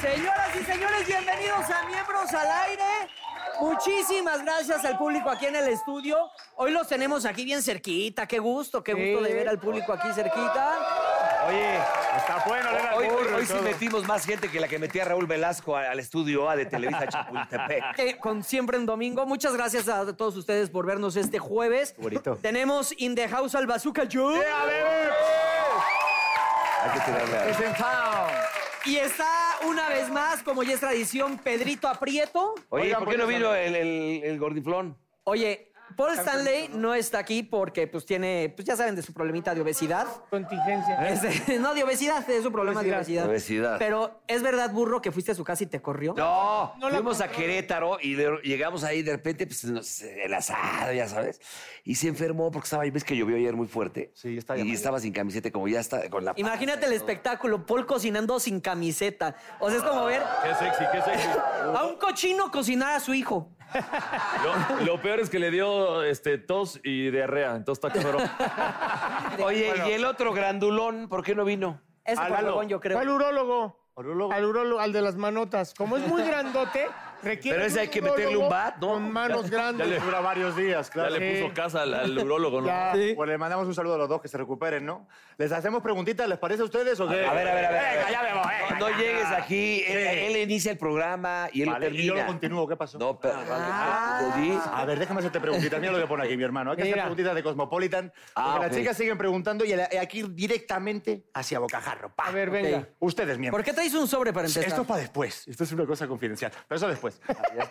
Señoras y señores, bienvenidos a Miembros al Aire. Muchísimas gracias al público aquí en el estudio. Hoy los tenemos aquí bien cerquita. Qué gusto, qué gusto de ver al público aquí cerquita. Oye, está bueno, le Hoy, hoy- hoy sí metimos más gente que la que metía Raúl Velasco a- al estudio A de Televisa Chapultepec. Eh, con siempre en domingo. Muchas gracias a todos ustedes por vernos este jueves. Bonito. Tenemos in the house al Bazooka Joe. Hay que tirarle a- Y está una vez más, como ya es tradición, Pedrito Aprieto. Oye, ¿por pues qué no vino el, el- el gordiflón? Oye, Paul Stanley no está aquí porque pues tiene, pues ya saben de su problemita de obesidad. Contingencia. Este, no, de obesidad, es un problema de obesidad. Obesidad. Obesidad. Pero, ¿es verdad, burro, que fuiste a su casa y te corrió? No, fuimos a Querétaro y de- llegamos ahí de repente, pues nos- el asado, ya sabes. Y se enfermó porque estaba ahí, ves que llovió ayer muy fuerte. Sí, está Y llamadito. estaba sin camiseta, como ya está con la. Imagínate el espectáculo, Paul cocinando sin camiseta. O sea, es como ver Qué sexy, qué sexy. a un cochino cocinar a su hijo. Lo, lo peor es que le dio este, tos y diarrea, entonces está cabrón. Oye, y el otro grandulón, ¿por qué no vino? Es Ah, Lalo. yo creo. Al urólogo. Urólogo. Al urólogo, al de las manotas. Como es muy grandote, requiere. Pero ese de un hay que meterle urólogo un bat, ¿no? Con manos ya grandes. le- Dura varios días, Ya claro. le puso casa al, al urólogo, ¿no? Ya. Sí. Pues le mandamos un saludo a los dos que se recuperen, ¿no? ¿Les hacemos preguntitas? ¿Les parece a ustedes o qué? A ver, a ver, a ver. Venga, ya vemos. No- venga, no, ya. llegues aquí. Él, él inicia el programa y él Vale, lo termina. y yo lo continúo, ¿qué pasó? Ah, No, pero. A ver, déjame hacerte preguntitas. Mira lo que pone aquí, mi hermano. Hay que hacer Mira. preguntitas de Cosmopolitan. Ah, porque ok. Las chicas siguen preguntando y hay que ir directamente hacia Bocajarro. Pa. A ver, venga. Ok. Ustedes, miembros. ¿Por qué traes un sobre para empezar? Esto es para después. Esto es una cosa confidencial. Pero eso después.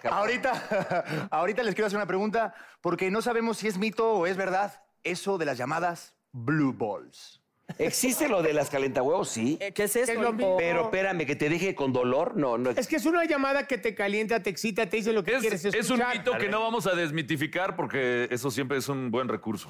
ahorita, ahorita les quiero hacer una pregunta porque no sabemos si es mito o es verdad eso de las llamadas blue balls. ¿Existe lo de las calentahuevos? Sí. Eh, ¿Qué es esto? Es lo mismo. Pero espérame, que te deje con dolor. No, no. Es que es una llamada que te calienta, te excita, te dice lo que Es, quieres escuchar. es un mito que no vamos a desmitificar porque eso siempre es un buen recurso.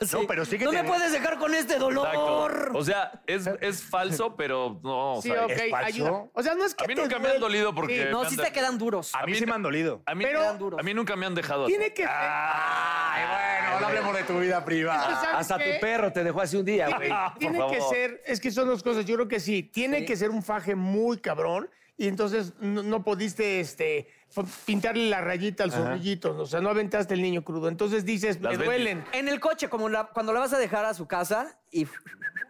Sí. No, pero sí que No te- me puedes dejar con este Exacto. dolor. O sea, es, es falso, pero no. o Sí, sea, ok, ¿es falso? ayuda. O sea, no es que A mí te nunca me duele. han dolido porque. no, me sí han- te quedan duros. A mí sí me han dolido. A mí, Pero- quedan duros. a mí nunca me han dejado. así. Tiene que. Ay, bueno, ahora hablemos de tu vida Es que privada. ¿sabes Hasta qué? tu perro te dejó así un día, güey. Por Eh. Tiene que favor. ser, es que son dos cosas, yo creo que sí, tiene que ser un faje muy cabrón y entonces no, no pudiste este, f- pintarle la rayita al zorrillito, o sea, no aventaste el niño crudo, entonces dices, me Las vendes. duelen. En el coche, como la- cuando la vas a dejar a su casa y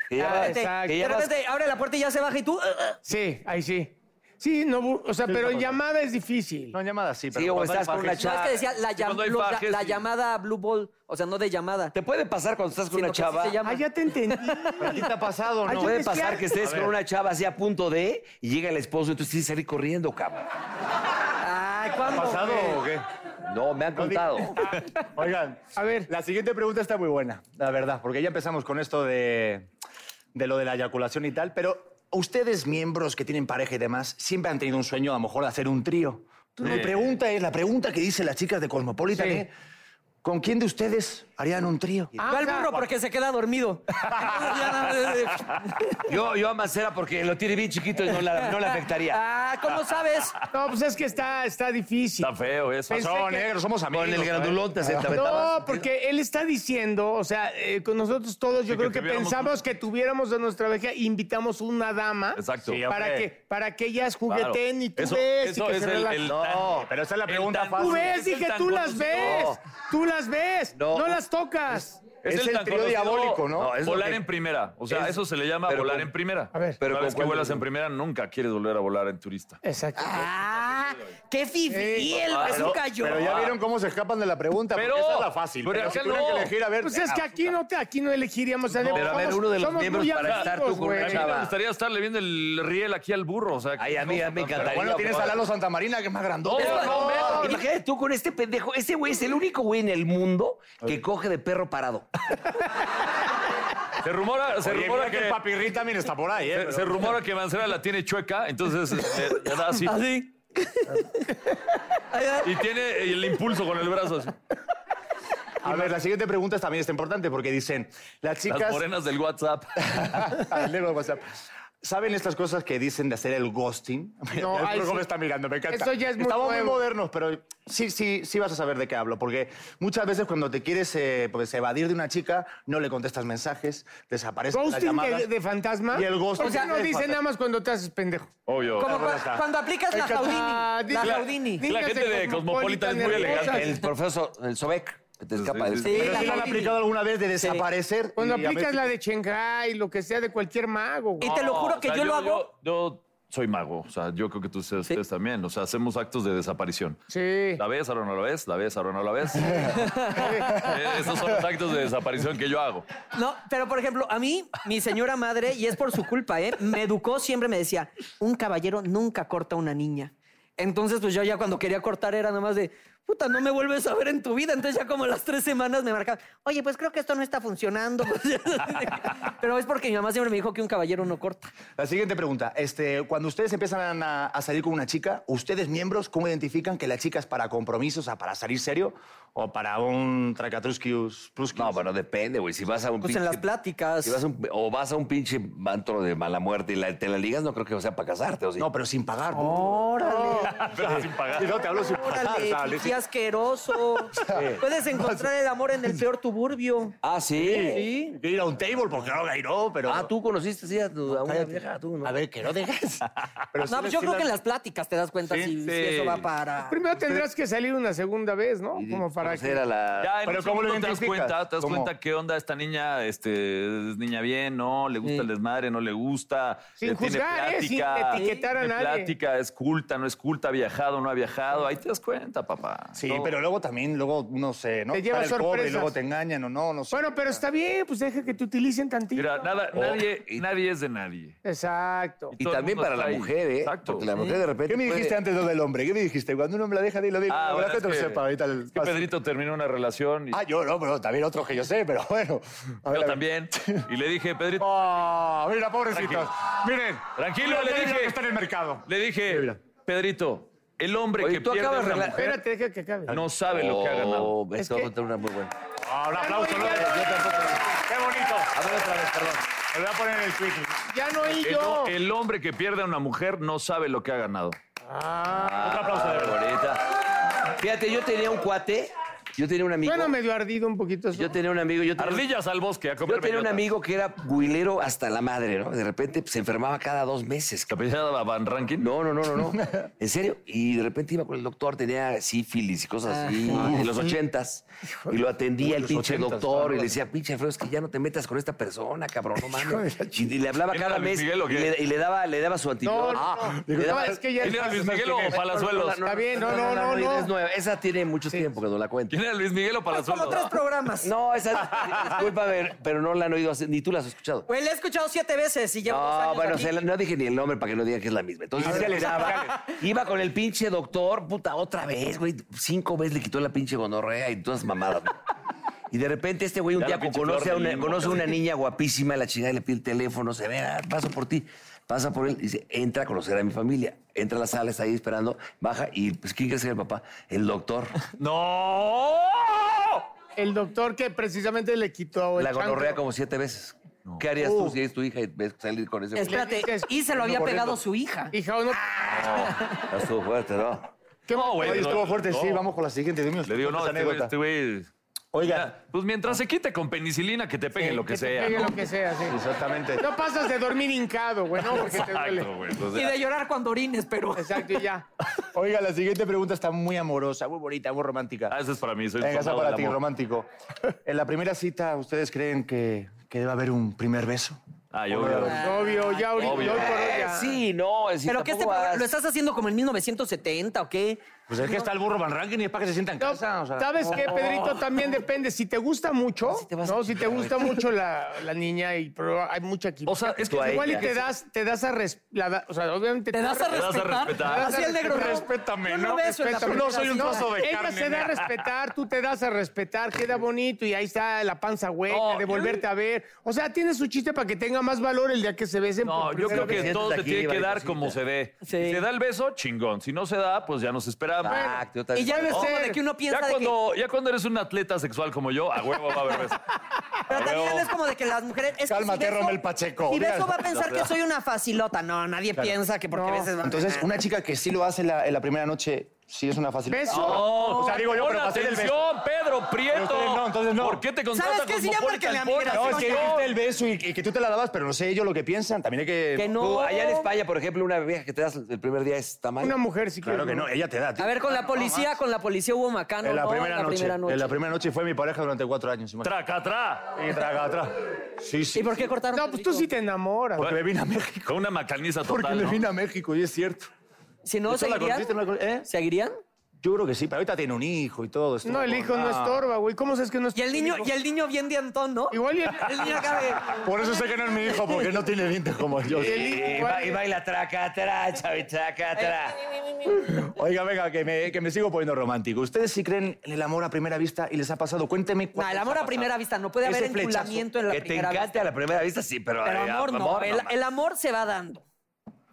Que ya Ah, vas- exacto. que de ya vas- repente abre la puerta y ya se baja y tú... ah, ah. Sí, ahí sí. Sí, no, bu- o sea, pero en llamada es difícil. No en llamadas, sí, pero. Sí, o cuando hay estás con pajes- una No, chava. es que decía la, llam- cuando hay lo- la- fajes la y- llamada Blue Ball, o sea, no de llamada. Te puede pasar cuando estás con sino una que así chava. se llama. Ah, ya te entendí. ¿A ti te ha pasado o Ay, no? yo Puede decía- pasar que estés A ver. con una chava así a punto de y llega el esposo, entonces tienes que salir corriendo, cabrón. Ay, ¿cuándo? ¿Pasado o qué? No, me han contado. Oigan, A ver. La siguiente pregunta está muy buena, la verdad, porque ya empezamos con esto de, de lo de la eyaculación y tal, pero ustedes, miembros que tienen pareja y demás, siempre han tenido un sueño a lo mejor de hacer un trío. Entonces, Mi pregunta es, la pregunta que dicen las chicas de Cosmopolitan Sí. es, ¿con quién de ustedes harían un trío. Ah, Yo al burro porque se queda dormido. Ya nada más- Yo, yo a Mancera porque lo tiene bien chiquito y no, la- no le afectaría. ah, ¿cómo sabes? No, pues es que está, está difícil. Está feo eso. Pensé No, que- negro, somos amigos. ¿eh? Con pues. el grandulón te se te aventabas. No, porque él está diciendo, o sea, eh, con nosotros todos, yo Sí, que creo que, tuviéramos- pensamos que tuviéramos a nuestra vieja, invitamos una dama Exacto. Sí, para hombre. que para que ellas Claro. jugueten y tú Eso- ves eso y que es se el- relajen. el No, tan- pero esa es la el pregunta tan- fácil. Tú ves y es el que tan tú las conocido- ves, tú las ves, no, No. las tocas. Es, Es el tan trío conocido diabólico, ¿no? No, es lo volar que- en primera. O sea, es- eso se le llama pero volar con- en primera. A ver. pero Pero una vez con que cuál- vuelas en primera, nunca quieres volver a volar en turista. Exacto. Eh, Ah, qué fifí, Sí. el bazooka yo. Pero ya vieron cómo se escapan de la pregunta. Pero- Pero esa es la fácil. pero Pero, si acá tuvieran no. que elegir, a ver. Pues es que aquí no te, aquí no elegiríamos. Pero a ver, uno de los miembros para estar tú con una A mí me chava. gustaría estarle viendo el riel aquí al burro. O sea, Ay, a mí- a mí me encantaría. Bueno, tienes a Lalo Santamarina, que es más No, grandote. no, no. Imagínate tú con este pendejo. Ese güey es el único güey en el mundo que coge de perro parado. Se rumora, se Oye, rumora mira que que. el papirri también está por ahí, ¿eh? Se, Pero- se rumora que Mancera la tiene chueca, entonces eh, le da ¿Ah, así. Y tiene el impulso con el brazo así. A ver, la siguiente pregunta también está importante porque dicen, las chicas... Las morenas del WhatsApp. Ah, leo el WhatsApp. ¿Saben estas cosas que dicen de hacer el ghosting? No, el ay, Brujo sí. me está mirando, me encanta. Eso ya es muy Estamos nuevo. muy modernos, pero sí, sí, sí vas a saber de qué hablo. Porque muchas veces cuando te quieres eh, pues, evadir de una chica, no le contestas mensajes, desapareces de las ¿Ghosting llamadas. de, de fantasma? Y el ghosting O sea, de no dice fantasma. nada más cuando te haces pendejo. Obvio. Como Ahora cua- está. cuando aplicas la Jaudini. Ah, La dice- Jaudini. dígase La gente de Cosmopolitan es muy hermosa. elegante. El profesor, el Sobek, que te escapa este del... Sí, Pero la sí lo han Jaudini. aplicado alguna vez de desaparecer. y Cuando a aplicas veces- la de Shanghai, lo que sea, de cualquier mago. güey. Y te lo juro que O sea, yo, lo hago. Yo, yo soy mago, o sea, yo creo que tú ustedes ustedes también. O sea, hacemos actos de desaparición. Sí. La ves, ahora no la ves, la ves, ahora no la ves. Eh, Esos son los actos de desaparición que yo hago. No, pero por ejemplo, a mí, mi señora madre, y es por su culpa, ¿eh? Me educó, siempre me decía, un caballero nunca corta a una niña. Entonces, pues yo ya cuando quería cortar era nada más de, puta, no me vuelves a ver en tu vida. Entonces ya como a las tres semanas me marcaba, oye, pues creo que esto no está funcionando. Pues, pero es porque mi mamá siempre me dijo que un caballero no corta. La siguiente pregunta. Este, cuando ustedes empiezan a, a salir con una chica, ¿ustedes miembros cómo identifican que la chica es para compromiso, o sea, para salir serio o para un tracatrusquius? No, bueno, depende, güey. Si vas a un Pues en pinche- las pláticas. si vas a un- o vas a un pinche antro de mala muerte y la- te la ligas, no creo que sea para casarte. O sí. No, pero sin pagar. ¿no? Órale, Pero sin pagar. Y no te hablo sin pagar, órale, sale, sí. qué asqueroso. Puedes encontrar el amor en el peor tuburbio. Ah, sí. Hay que ir a un table, porque claro que ahí no, pero... Ah, tú conociste sí, a, tu- a una Cállate. vieja, tú, ¿no? A ver, que no dejes. Pero sí No, le- pues yo sí creo la- que en las pláticas te das cuenta Sí, si, si sí. eso va para. Este, pues Primero tendrás que salir una segunda vez, ¿no? Como para conocer que... a la... Ya, en Pues Pero un ¿cómo lo segundo te das identificas? cuenta, te das ¿Cómo? cuenta qué onda esta niña, este, es niña bien, no, le gusta Sí. el desmadre, no le gusta. Sin eh, tiene juzgar, ¿eh? Sin plática, etiquetar a tiene nadie. plática, es culta, no es culta, ha viajado, no ha viajado, ahí te das cuenta, papá. Sí, No. pero luego también, luego, no sé, ¿no? Te lleva Sale el cobre y sorpresas. luego te engañan o no, no sé. Bueno, pero está bien, pues deja que te utilicen tantito. Mira, nada, nadie, nadie es de nadie. Exacto. Oh, Y todo el también mundo para la está ahí. mujer, ¿eh? Exacto. Porque la mujer de repente... ¿Qué me dijiste puede- antes lo del hombre? ¿Qué me dijiste? Cuando un hombre la deja, dilo, dilo. Ah, la bueno, verdad es que no que- sepa, ahorita el- es que Pedrito terminó una relación y Ah, yo no, pero también otros que yo sé, pero bueno. A ver, a yo ver. también. Y le dije, Pedrito, Ah, mira, pobrecitos. Miren. Tranquilo, le miren dije. lo que está en el mercado. le dije, Pedrito, el hombre Oye, que tú pierde acabas a una rela- mujer Espérate, deja que acabe. no sabe lo que ha ganado. Oh, esto va a contar una muy buena. Ah, un aplauso, Lore. Yo tampoco. Qué bonito. A ver, otra vez, perdón. Me voy a poner el tweet. Ya no oí El, yo. el hombre que pierde a una mujer no sabe lo que ha ganado. Ah, Otro aplauso de Ah, bonita. Fíjate, yo tenía un cuate, yo tenía un amigo. Bueno, medio ardido un poquito eso. Yo tenía un amigo, yo tenía, Ardillas al bosque a comprar yo tenía un bellotas. amigo que era guilero hasta la madre, ¿no? De repente pues, se enfermaba cada dos meses. ¿La cabrón. pellizcada Van Rankin? No, no, no, no, no. En serio. Y de repente iba con el doctor, tenía sífilis y cosas así, Ah, en los ochentas. Y lo atendía el pinche doctor y le decía, pinche Alfredo, es que ya no te metas con esta persona, cabrón, no mames. Y, y le hablaba ¿Quién cada era, Luis mes y Miguel o qué? le, y le daba, le daba su No, no, antibiótico. no. Ah, No, le daba- es que ya ¿Quién era estás- Luis Miguel o Palazuelos? Está bien, no, no, no, es no. nueva. Esa tiene mucho tiempo que no la cuento. ¿Quién era Luis Miguel o Pues como Palazuelos? tres programas. No, esa, disculpa, ver, pero no la han oído, hacer- ni tú la has escuchado. Güey, la he escuchado siete veces y llevo dos No, años Ah, bueno, aquí. se la- no dije ni el nombre para que no digan que es la misma. Entonces, se miraba, iba con el pinche doctor, puta, otra vez, güey. Cinco veces le quitó la pinche gonorrea y todas mamadas. güey. Y de repente este güey un Ya la día pinche conoce a flor de una, limbo, conoce a una niña guapísima, la chingada, y le pide el teléfono, se ve, "Ah, paso por ti, pasa por él, y dice, entra a conocer a mi familia. Entra a la sala, está ahí esperando, baja, y pues, ¿quién crees que era el papá? El doctor. ¡No! El doctor que precisamente le quitó el La gonorrea chancro. como siete veces. ¿Qué harías Uh. tú si es tu hija y ves salir con ese Espérate, y se lo había pegado su hija. Hija, ¿o no? Ya Ah, estuvo fuerte, ¿no? ¿Qué No, güey. Oye, no, estuvo fuerte, no. sí, vamos con la siguiente. Dime Le digo, no, esta este güey, este güey. Oiga, Mira, Pues mientras se quite con penicilina, que te peguen lo que, te sea. pegue ¿no? lo que sea, sí. exactamente. No pasas de dormir hincado, güey, no, porque te duele. Exacto, güey. o Y sea, de llorar cuando orines, pero. Exacto, y ya. Oiga, la siguiente pregunta está muy amorosa, muy bonita, muy romántica. ah, esa es para mí. Soy Venga, esa soldado para del ti, amor. romántico. En la primera cita, ¿ustedes creen que, que debe haber un primer beso? Ah, yo. Obvio, ya ahorita, Obvio. hoy por hoy Eh, ya. sí, no, es decir, ¿Pero qué este tampoco programa- vas- ¿Lo estás haciendo como en 1970 o qué? Pues es que está el burro Van Ranking y es para que se sientan en No, casa. o sea. ¿Sabes qué, Pedrito? También depende. Si te gusta Ah, mucho, te vas a- ¿no? Si te gusta mucho la, la niña y pero hay mucha química. O sea, es que Tú a igual y ella. te das, te das a res- la da- o sea, obviamente ¿Te das a das a respetar? respetar. Así el negro. no. Respétame, Yo no ¿no? beso en la Respétame. primera cita. ella se da a respetar, tú te das a respetar, queda bonito y ahí está la panza hueca No, de volverte a ver. O sea, tiene su chiste para que tenga más valor el día que se besen. No, por yo primera creo que vez. Siéntate todo se aquí, tiene que vale, dar cosita. como se dé. Sí. Si se da el beso, chingón. Si no se da, pues ya nos esperamos. Exacto, yo Y también. ya no es ser. como de que uno ya, piensa de que. cuando, ya cuando eres un atleta sexual como yo, a huevo va a haber beso. Pero A también huevo. es como de que las mujeres. es que Cálmate, beso- Rommel Pacheco. Si beso Mira. va a pensar que soy una facilota. No, nadie piensa que porque No. a veces va Entonces, una chica que sí lo hace en la, en la primera noche, sí es una facilidad. Beso. No, o sea, digo yo, pon pero para hacer el atención, Pedro Prieto. ustedes no, entonces no. ¿Por qué te contratas ¿Sabes qué? Sí, ya Cosmopolitan? márquenle a mi Pon gracia. No, es que atención. dijiste el beso y, y que tú te la dabas, pero no sé ellos lo que piensan. También hay que... Que Tú, no. allá en España, por ejemplo, una vieja que te das el primer día es tamaño. Una mujer, si Claro que quieres, Ah, no, ella te da. tío. A ver, con la policía, con la policía hubo macano. en la, Ah, ¿no? primera, noche, primera En la primera noche fue mi pareja durante cuatro años. imagínate. Tracatrá. Y traga atrás. Sí, ¿Y sí. por qué cortaron? No, pues tú sí te enamoras. Porque me vine a México. Con una macaniza total. Porque me ¿no? vine a México, y es cierto. Si no, ¿Tú la ¿seguirían? conociste en una co- ¿Eh? ¿Seguirían? Yo creo que sí, pero ahorita tiene un hijo y todo. esto. No, el hijo no Ah. estorba, güey. ¿Cómo sabes que no Y estorba? el niño, y el niño bien de Antón, ¿no? Igual y el- El niño acá de. Por eso sé que no es mi hijo, porque no tiene dientes como yo. Eh, Y, ba- y baila traca, tra, chavi, traca, tra. Oiga, venga, que me, que me sigo poniendo romántico. ¿Ustedes sí creen en el amor a primera vista y les ha pasado? Cuénteme. No, el amor a primera vista no puede Ese haber flechazo enculamiento en la Que te primera encante vista. a la primera vista, sí, pero. Pero eh, amor no. El, ma- el amor se va dando.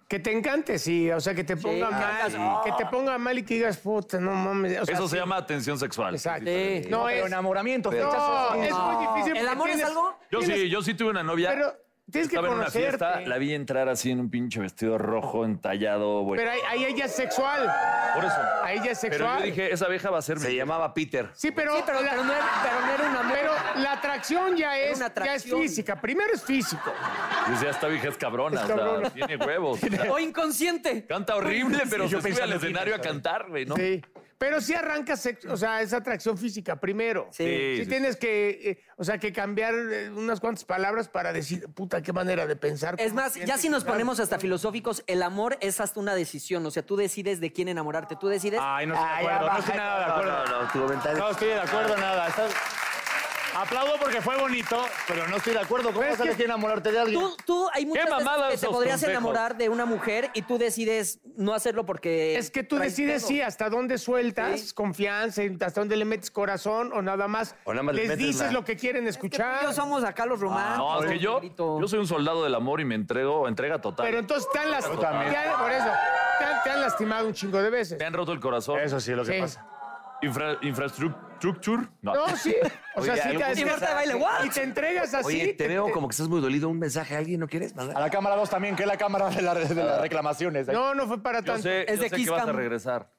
Que te encante, sí. O sea, que te ponga que mal. hagas, "Ah". Que te ponga mal y que digas, puta, no mames. O sea, Eso sí. se llama atención sexual. Exacto. Sí. No, Pero es... enamoramiento, No, flechazo. es muy difícil. ¿El porque amor es tienes- algo? Yo sí, yo sí tuve una novia. Pero tienes que estaba en una conocerte. fiesta, la vi entrar así en un pinche vestido rojo, entallado, güey. Pero ahí, ahí ella es sexual. Por eso. Ahí ella es Pero sexual. yo dije, esa vieja va a ser mi- Se llamaba Peter. Sí, pero, Sí, pero, la, pero no era, pero no era un amor. pero la atracción ya es, ya una es atracción. física. Primero es físico. Yo Decía, esta vieja es cabrona, Es o sea, cabrona. tiene huevos. O inconsciente. Canta horrible, pero yo se sube al pensando, escenario a cantar, güey, ¿no? Sí. Pero sí arranca, sex- o sea, es atracción física primero. Sí. Sí, sí, tienes que, eh, o sea, que cambiar eh, unas cuantas palabras para decir, puta, qué manera de pensar. Es más, ya si nos ponemos hasta filosóficos, el amor es hasta una decisión. O sea, tú decides de quién enamorarte. Tú decides. Ay, no estoy de acuerdo, no estoy nada de acuerdo. No, no, tu comentario. No estoy de acuerdo nada. Estás- Aplaudo porque fue bonito, pero no estoy de acuerdo. ¿Cómo sabes que enamorarte de alguien? Tú, tú, hay muchas veces mamada que te esos podrías consejos. enamorar de una mujer y tú decides no hacerlo porque. Es que tú traes decides pedo. sí hasta dónde sueltas confianza, y hasta dónde le metes corazón o nada más. O nada más le les metes dices la- Ah, lo que quieren Es que tú y escuchar. yo somos acá los románticos. No, es que Ah, yo, Pedrito. yo soy un soldado del amor y me entrego, entrega total. Pero entonces te han lastimado. también. Por eso, te han, te han lastimado un chingo de veces. Me han roto el corazón. Eso sí es lo que Sí. pasa. Infra- infrastructure. No. No, sí. O Oye, sea, sí te algún has- Y Marta de baile, ¿what? Y te entregas así. Oye, te veo como que estás muy dolido. ¿Un mensaje a alguien no quieres A mandar? la cámara 2 también, que es la cámara de, la- de las reclamaciones. No, no fue para Ah. Yo tanto. sé, Es yo de sé Kiss que vas a Cam. regresar.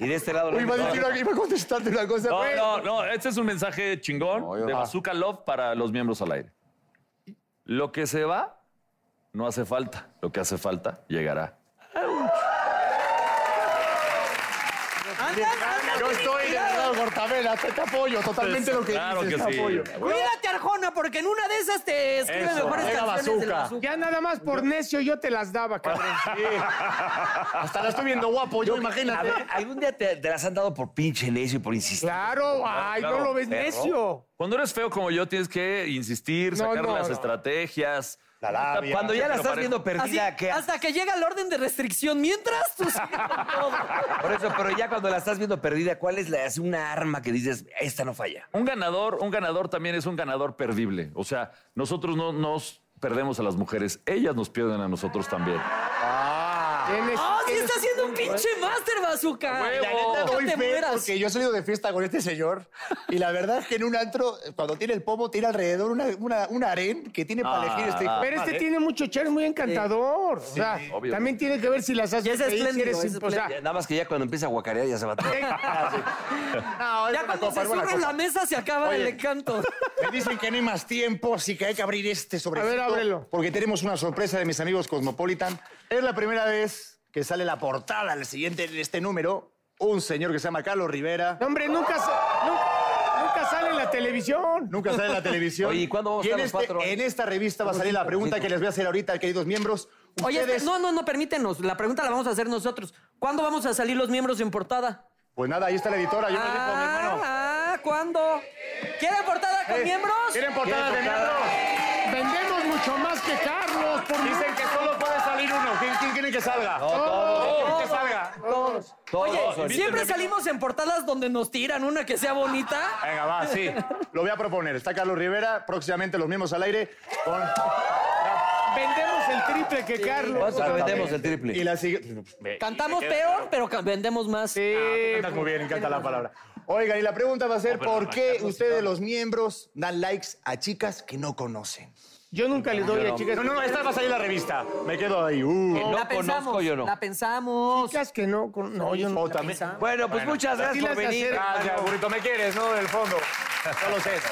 Y de este lado. Uy, iba a decir una- iba a contestarte una cosa. No, güey. no, no, este es un mensaje chingón de Bazooka Love para los miembros al aire. Lo que se va, no hace falta. Lo que hace falta, llegará. Andan, andan Yo bien estoy de inspirados. lado Cortavela, te, te apoyo, totalmente lo que Claro dices, que te sí. apoyo. Cuídate, Arjona, porque en una de esas te escriben Eso, mejores venga, canciones del bazooka. Ah, bazooka. Ya nada más por necio yo te las daba, cabrón. Hasta la estoy viendo guapo, yo A imagínate. ver, algún día te, te las han dado por pinche necio y por insistir. Claro, ay, claro, no lo ves necio. Cuando eres feo como yo, tienes que insistir, No, sacar no, las no. estrategias. La labia. Cuando ya la Pero estás parejo. viendo Así, perdida, ¿qué haces? hasta que llega el orden de restricción. Mientras tú sigues con todo. Por eso, pero ya cuando la estás viendo perdida, ¿cuál es la, es una arma que dices, esta no falla? Un ganador, un ganador también es un ganador perdible. O sea, nosotros no nos perdemos a las mujeres, ellas nos pierden a nosotros también. Tienes- Oh, sí tienes- está haciendo un pinche master bazooka. ¡Huevo! La neta, No doy te fe, mueras. porque yo he salido de fiesta con este señor y la verdad es que en un antro, cuando tiene el pomo, tiene alrededor una, una, una harén que tiene para Ah, elegir este... ah, Pero este tiene mucho char, es muy encantador. o sea, obvio. también tiene que ver si las haces Y es reír, si espléndido, eres es imp- o sea, Nada más que ya cuando empieza a guacarear ya se va todo. No, es Ya buena cuando copa, se es buena surre copa. la mesa se acaba Oye. el encanto. Me dicen que no hay más tiempo, así que hay que abrir este sobre. A ver, ábrelo. Porque tenemos una sorpresa de mis amigos Cosmopolitan. Es la primera vez que sale la portada al siguiente de este número. Un señor que se llama Carlos Rivera. no, hombre, nunca, sa- nunca, nunca sale en la televisión. Nunca sale en la televisión. Oye, ¿y cuándo vamos a Y en estar los este- cuatro? En esta revista va a salir la pregunta que les voy a hacer ahorita, queridos miembros. Oye, Ustedes, no, no, no, permítenos. La pregunta la vamos a hacer nosotros. ¿Cuándo vamos a salir los miembros en portada? Pues nada, ahí está la editora. Yo me dejo, mi hermano. ah, ¿cuándo? ¿Quieren portada con Eh, miembros? ¿Quieren portadas de miembros? Vendemos mucho más que Carlos, por Dicen que solo puede salir uno. ¿Quién, quién quieren que salga? Todos, que salga. todos. Oye, siempre salimos en portadas donde nos tiran una que sea bonita. Venga, va, sí. Lo voy a proponer. Está Carlos Rivera, próximamente los mismos al aire. Con... Vendemos el triple que Carlos. ¿Cuánto que vendemos el triple? Y la siguiente. Cantamos peor, pero ca- vendemos más. Ah, pues Cantas muy bien, me encanta la palabra. Oigan, y la pregunta va a ser: ¿por qué ustedes, los miembros, dan likes a chicas que no conocen? Yo nunca le doy a chicas. No, no, no, esta va a salir la revista. Me quedo ahí. uh. No la pensamos, conozco yo no. La pensamos. Chicas que no, con- no, yo no. O también- Bueno, pues muchas Así gracias por las venir. acerco. hermano. burrito, me quieres, ¿no? Del fondo. Solo sé eso.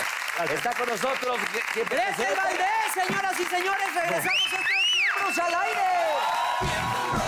Está con nosotros. ¿Qué- qué- ¡Grecia Valdés, señoras y señores! ¡Regresamos a estos miembros al aire!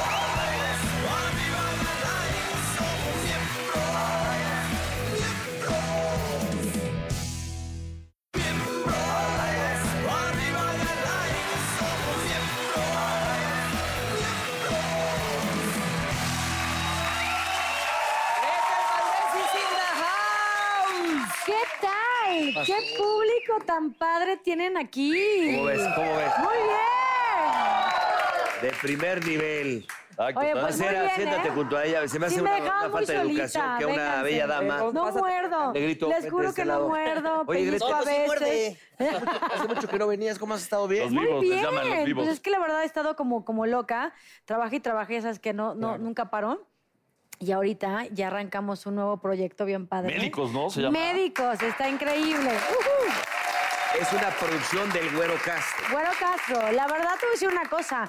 ¿Qué tal? ¿Qué público tan padre tienen aquí? ¿Cómo ves? ¿Cómo ves? Muy bien. De primer nivel. Oye, Ah, pues muy Sera, bien, siéntate ¿eh? junto a ella. Se me hace Sí, me una, una dejaban muy falta de educación solita. que a una Vénganse. bella dama. No muerdo. Negrito, Les vente de juro este que no lado. muerdo. Oye, Pellizco Greta. a veces. Hace mucho que no venías. ¿Cómo has estado bien? Los pues, eh, Muy vivos, les bien. llaman los vivos. Pues es que la verdad he estado como, como loca. Trabajé y trabajé, sabes que no, no, nunca paró. Y ahorita ya arrancamos un nuevo proyecto bien padre. Médicos, ¿no? Se llama. Médicos, está increíble. Ujú. Es una producción del Güero Castro. Bueno, Castro, la verdad te voy a decir una cosa.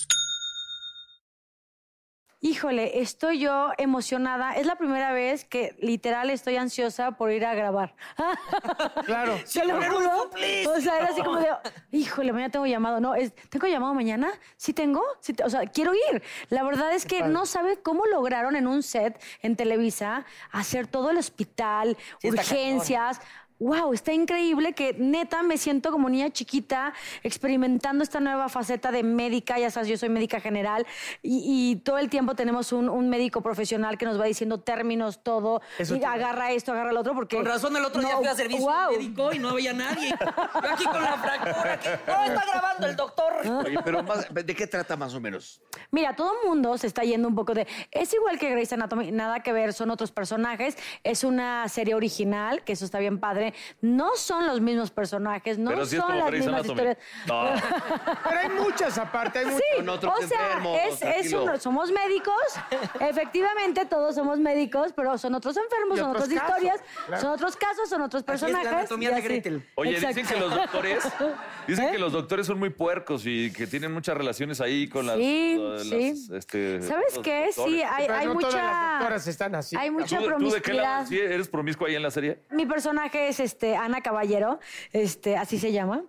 Híjole, estoy yo emocionada. Es la primera vez que literal estoy ansiosa por ir a grabar. Claro. ¿Se lo juro? O sea, era así como de, híjole, mañana tengo llamado. No, es, ¿tengo llamado mañana? ¿Sí tengo? ¿Sí te- o sea, quiero ir. La verdad es que no sabe cómo lograron en un set en Televisa hacer todo el hospital, urgencias. Wow, está increíble que neta me siento como niña chiquita experimentando esta nueva faceta de médica, ya sabes, yo soy médica general y, y todo el tiempo tenemos un, un médico profesional que nos va diciendo términos, todo, Eso y te- agarra esto, agarra lo otro, porque... Con razón el otro día No, fui a servicio guau. médico y no había nadie. Yo aquí con la fractura. aquí, no, está grabando el doctor. Oye, pero más- ¿de qué trata más o menos? Mira, todo el mundo se está yendo un poco de. Es igual que Grey's Anatomy, nada que ver, son otros personajes. Es una serie original, que eso está bien padre. porque no son los mismos personajes, no Pero sí es son como las Grey's mismas Anatomy. historias. No. Pero hay muchas aparte, hay muchas. Sí, Con otros o sea, enfermos, es, es tranquilo. uno- somos médicos, efectivamente todos somos médicos, pero son otros enfermos, Y son otros otros casos, historias, claro. son otros casos, son otros Así es la personajes. anatomía y de así. Gretel. Oye, dicen Exacto. que los doctores, dicen ¿Eh? que los doctores son muy puercos y que tienen muchas relaciones ahí con las. Sí, eh, sí. las, este, ¿Sabes los qué? Sí, doctores. hay, Pero hay no todas las mucha... doctoras están así. Hay ¿Tú, mucha tú de qué lado? promiscuidad. ¿Sí ¿Eres promiscua ahí en la serie? Mi personaje es este, Ana Caballero, este, así se llama.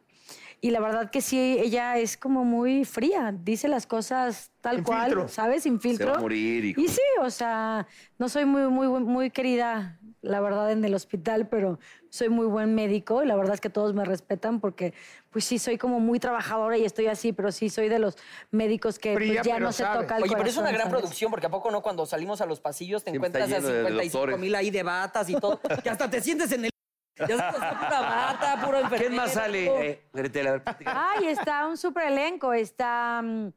Y la verdad que sí, ella es como muy fría, dice las cosas tal Sin cual, filtro. ¿sabes? Sin filtro. va a morir y- sí, o sea, no soy muy, muy, buen- muy querida, la verdad, en el hospital, pero soy muy buen médico y la verdad es que todos me respetan porque, pues sí, soy como muy trabajadora y estoy así, pero sí soy de los médicos que pues, Fría, ya pero no se sabe. toca el Al Oye, pero es una corazón, gran ¿sabes? producción, porque ¿a poco no cuando salimos a los pasillos te Siempre está encuentras a lleno de 55 doctores. mil ahí de batas y todo? Que hasta te sientes en el... Ya sabes, está pura bata, puro enfermero. ¿Quién más sale? Eh, Gretel, a ver, platica. Ay, está un super elenco. Está mm,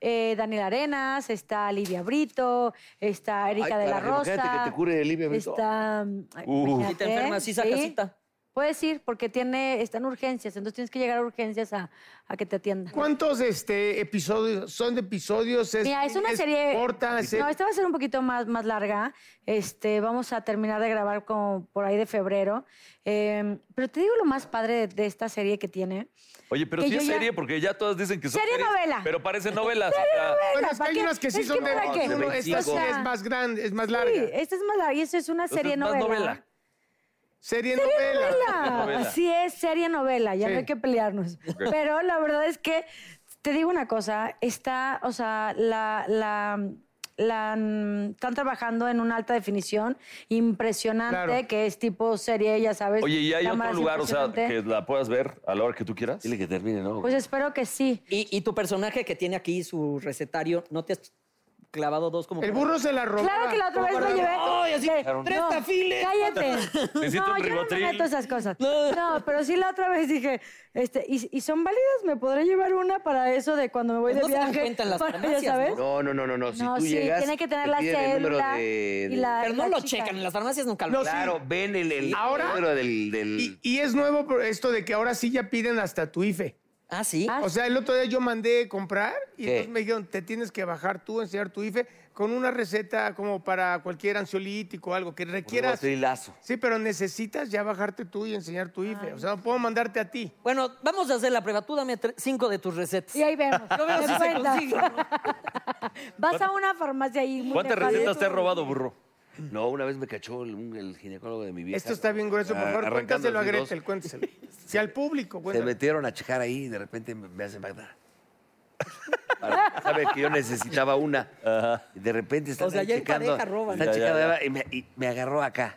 eh, Daniel Arenas, está Livia Brito, está Erika Ay, de la carajo, Rosa. imagínate que te cure de Livia Brito. Está. mm, ay, Y te imagínate, enfermas, sí, saca sí. cita. Puedes ir porque tiene, está en urgencias, entonces tienes que llegar a urgencias a, a que te atiendan. ¿Cuántos este, episodios son de episodios? Es, Mira, es una serie. corta, es- No, esta va a ser un poquito más, más larga. Este, vamos a terminar de grabar como por ahí de febrero. Eh, pero te digo lo más padre de, de esta serie que tiene. Oye, pero Que sí yo es ya- serie, porque ya todas dicen que son. Serie series, novela. Pero parecen novelas. o sea, Bueno, es que ¿para hay qué? unas que sí Es son de, ¿para qué? de uno, Esta 25. sí es más grande, es más Sí, larga. esta es más larga y eso es una entonces serie es más novela. serie, Serie novela. novela. novela. Así es, serie novela, ya Sí. no hay que pelearnos. Pero la verdad es que, te digo una cosa, está, o sea, la, la, la, mm, están trabajando en una alta definición impresionante, Claro. que es tipo serie, ya sabes. Oye, y hay otro cámaras lugar, o sea, Pues, impresionante. que la puedas ver a la hora que tú quieras. Dile que termine, ¿no? Pues espero que sí. Y, y tu personaje que tiene aquí su recetario, ¿no te has clavado dos como... El burro se la robó. Claro que la otra vez Robó. lo llevé. Ay, así, Le- tres tafiles. Cállate. Necesito no, un yo no me ribotril. meto esas cosas. No, pero sí la otra vez dije, este, ¿y, y son válidas? ¿Me podré llevar una para eso de cuando me voy Pues de no se dan viaje? cuenta en las Para- ya farmacias, sabes. No, no, no, no, no. Si No, tú sí, llegas, tiene que tener te la piden el número célula de- y la- Pero no lo chica. checan, en las farmacias nunca lo No, sí. Claro, ven el, el Ahora- número del... del- Y, y es nuevo por esto de que ahora sí ya piden hasta tu IFE. Ah, ¿sí? Ah, O sea, el otro día yo mandé comprar y ¿Qué? entonces me dijeron, te tienes que bajar tú, enseñar tu IFE con una receta como para cualquier ansiolítico o algo que requieras. Hacer hilazo. Sí, pero necesitas ya bajarte tú y enseñar tu IFE. O sea, no puedo mandarte a ti. Bueno, vamos a hacer la prueba. Tú dame tre- cinco de tus recetas. Y ahí vemos. Yo veo Me si se cuentas. consigue, Vas a una farmacia ahí. muy ¿Cuántas lejos. recetas te has robado, burro? No, una vez me cachó el, un- el ginecólogo de mi vieja. Esto está bien grueso, por Ah, favor, arrancando cuéntaselo a los dedos. Gretel, cuéntaselo. Y al público, Se cuéntaselo. metieron a checar ahí y de repente me, me hacen Magda. Para- Sabe que yo necesitaba una. Y de repente están O sea, ahí ya en checando. pareja roban. están Ya, ya, checando, ya. Y, me, y me agarró acá.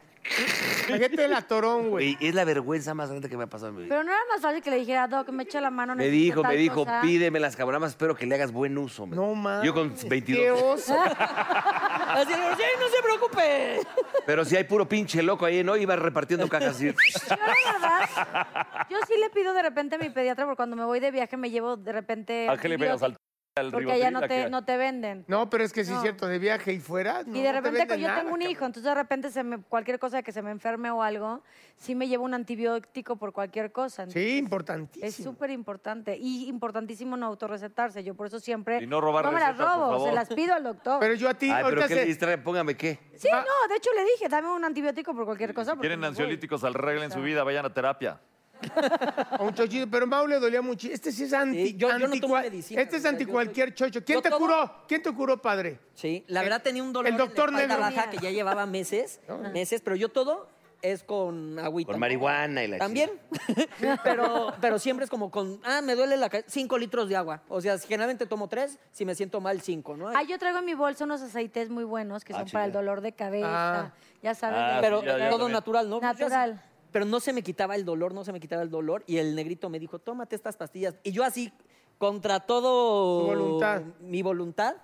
Gretel atorón, güey. Y es la vergüenza más grande que me ha pasado en mi vida. Pero no era más fácil que le dijera, Doc, me echa la mano. Me necesito dijo, tal me dijo, cosa". pídeme las cabronamas, espero que le hagas buen uso. me No dijo. mames. Yo con Qué 22. oso. Así de, "Sí, no se preocupe. Pero si hay puro pinche loco ahí, ¿no? Iba repartiendo cajas así. Yo la verdad, yo sí le pido de repente a mi pediatra, porque cuando me voy de viaje me llevo de repente... ¿A qué le pegas al, antibióticos, al Porque ribotril, allá no a qué? te, no te venden. No, pero es que sí es No. cierto, de viaje y fuera. no, no Y de te repente, venden yo nada, tengo un cabrón. hijo, entonces de repente se me, cualquier cosa que se me enferme o algo, sí me llevo un antibiótico por cualquier cosa. Sí, Es importantísimo. súper importante. Y importantísimo no autorrecetarse. Yo por eso siempre. Y no robar me las recetas, por robo, favor. se las pido al doctor. Pero yo a ti, Ay, pero ahorita que se- Ah. le distrae, póngame qué. sí, no, de hecho le dije, dame un antibiótico por cualquier cosa. porque Quieren me voy. ansiolíticos, arreglen su vida, vayan a terapia. a un chochito, pero Mau le dolía mucho. Este sí es anti. Sí, yo- yo no anti- tomo medicina, Este es o sea, anti yo- cualquier chocho. ¿Quién yo te todo- curó? ¿Quién te curó, padre? Sí, la verdad tenía un dolor el doctor en la espalda negro. baja que ya llevaba meses, Ah. meses, pero yo todo es con agüita. Con marihuana y la También, pero, pero siempre es como con, ah, me duele la cabeza, cinco litros de agua. O sea, generalmente tomo tres, si me siento mal, cinco, ¿no? Ah, yo traigo en mi bolsa unos aceites muy buenos que son para el dolor de cabeza. Ah. Ya sabes. Ah, de- pero sí, ya, ya todo también. natural, ¿no? Pues yo Natural. así- pero no se me quitaba el dolor, no se me quitaba el dolor. Y el negrito me dijo, tómate estas pastillas. Y yo así, contra todo Tu voluntad. mi voluntad,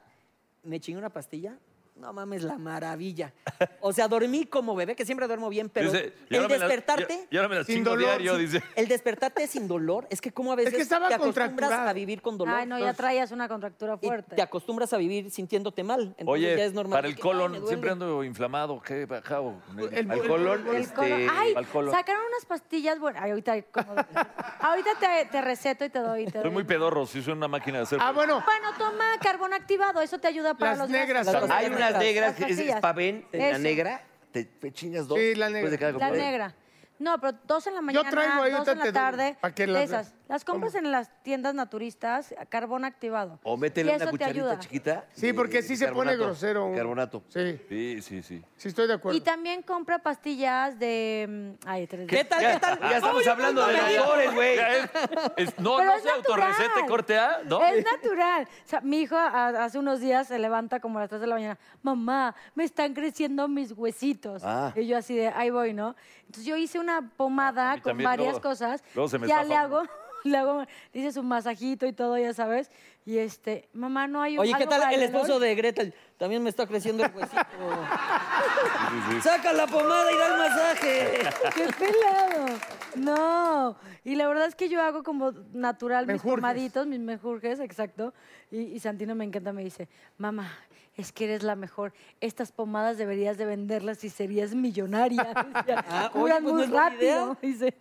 me chingué una pastilla. no mames, la maravilla. O sea, dormí como bebé, que siempre duermo bien, pero el despertarte... Y ahora me las sin chingo dolor, diario, sin- dice. El despertarte sin dolor, es que como a veces que estaba te acostumbras contracturada. a vivir con dolor. pues. Ay, no, ya traías una contractura Y fuerte. te acostumbras a vivir sintiéndote mal. Entonces ya Oye, es normal. para el que, ay, me colon, duele. siempre ando inflamado. ¿Qué bajado? El, El- al el- colon, El este, colon- Ay, al colon. sacaron unas pastillas. Bueno, ay, ahorita, como- ahorita te, te receto y te doy. te Soy doy. muy pedorro, sí soy una máquina de hacer. Ah, bueno. Bueno, toma carbón activado, eso te ayuda para Las los negras gastos. también. Hay Las unas negras, que es pastillas. espavén, la Eso. negra, te, te chingas dos. Sí, la negra. después de cada La comida. negra. No, pero dos en la mañana, traigo ahí, dos ahorita en la te doy. tarde. ¿Para qué de las- esas. Las compras en las tiendas naturistas, carbón activado. O Y métele eso una te cucharita ayuda. chiquita. Sí, de porque sí se pone bicarbonato. grosero. uno. Bicarbonato. Sí, Sí, sí, sí. sí estoy de acuerdo. Y también compra pastillas de... mm, Ay, tres ¿Qué tal, qué tal? Ya estamos hablando de doctores, güey. Ya es- es- no, Pero no es se autorrecete, natural. corte A, ¿no? Es natural. O sea, mi hijo a- hace unos días se levanta como a las 3 de la mañana. Mamá, me están creciendo mis huesitos. Ah. Y yo así de, ahí voy, ¿no? Entonces yo hice una pomada Ah, A mí con también varias luego- cosas. luego se me ya zafa le hago, uno. le hago, le hice su masajito y todo, ya sabes. Y este, mamá, no hay un- Oye, ¿qué algo tal para el dolor?" esposo de Gretel? También me está creciendo el huesito. Saca la pomada y da el masaje. ¡Qué pelado! No. Y la verdad es que yo hago como natural mis Menjurjes. pomaditos, mis menjurjes, exacto. Y, y Santino me encanta, me dice, mamá, es que eres la mejor. Estas pomadas deberías de venderlas y serías millonaria. Decía, Ah, oye, Curan muy pues, no es buena idea. rápido. Dice,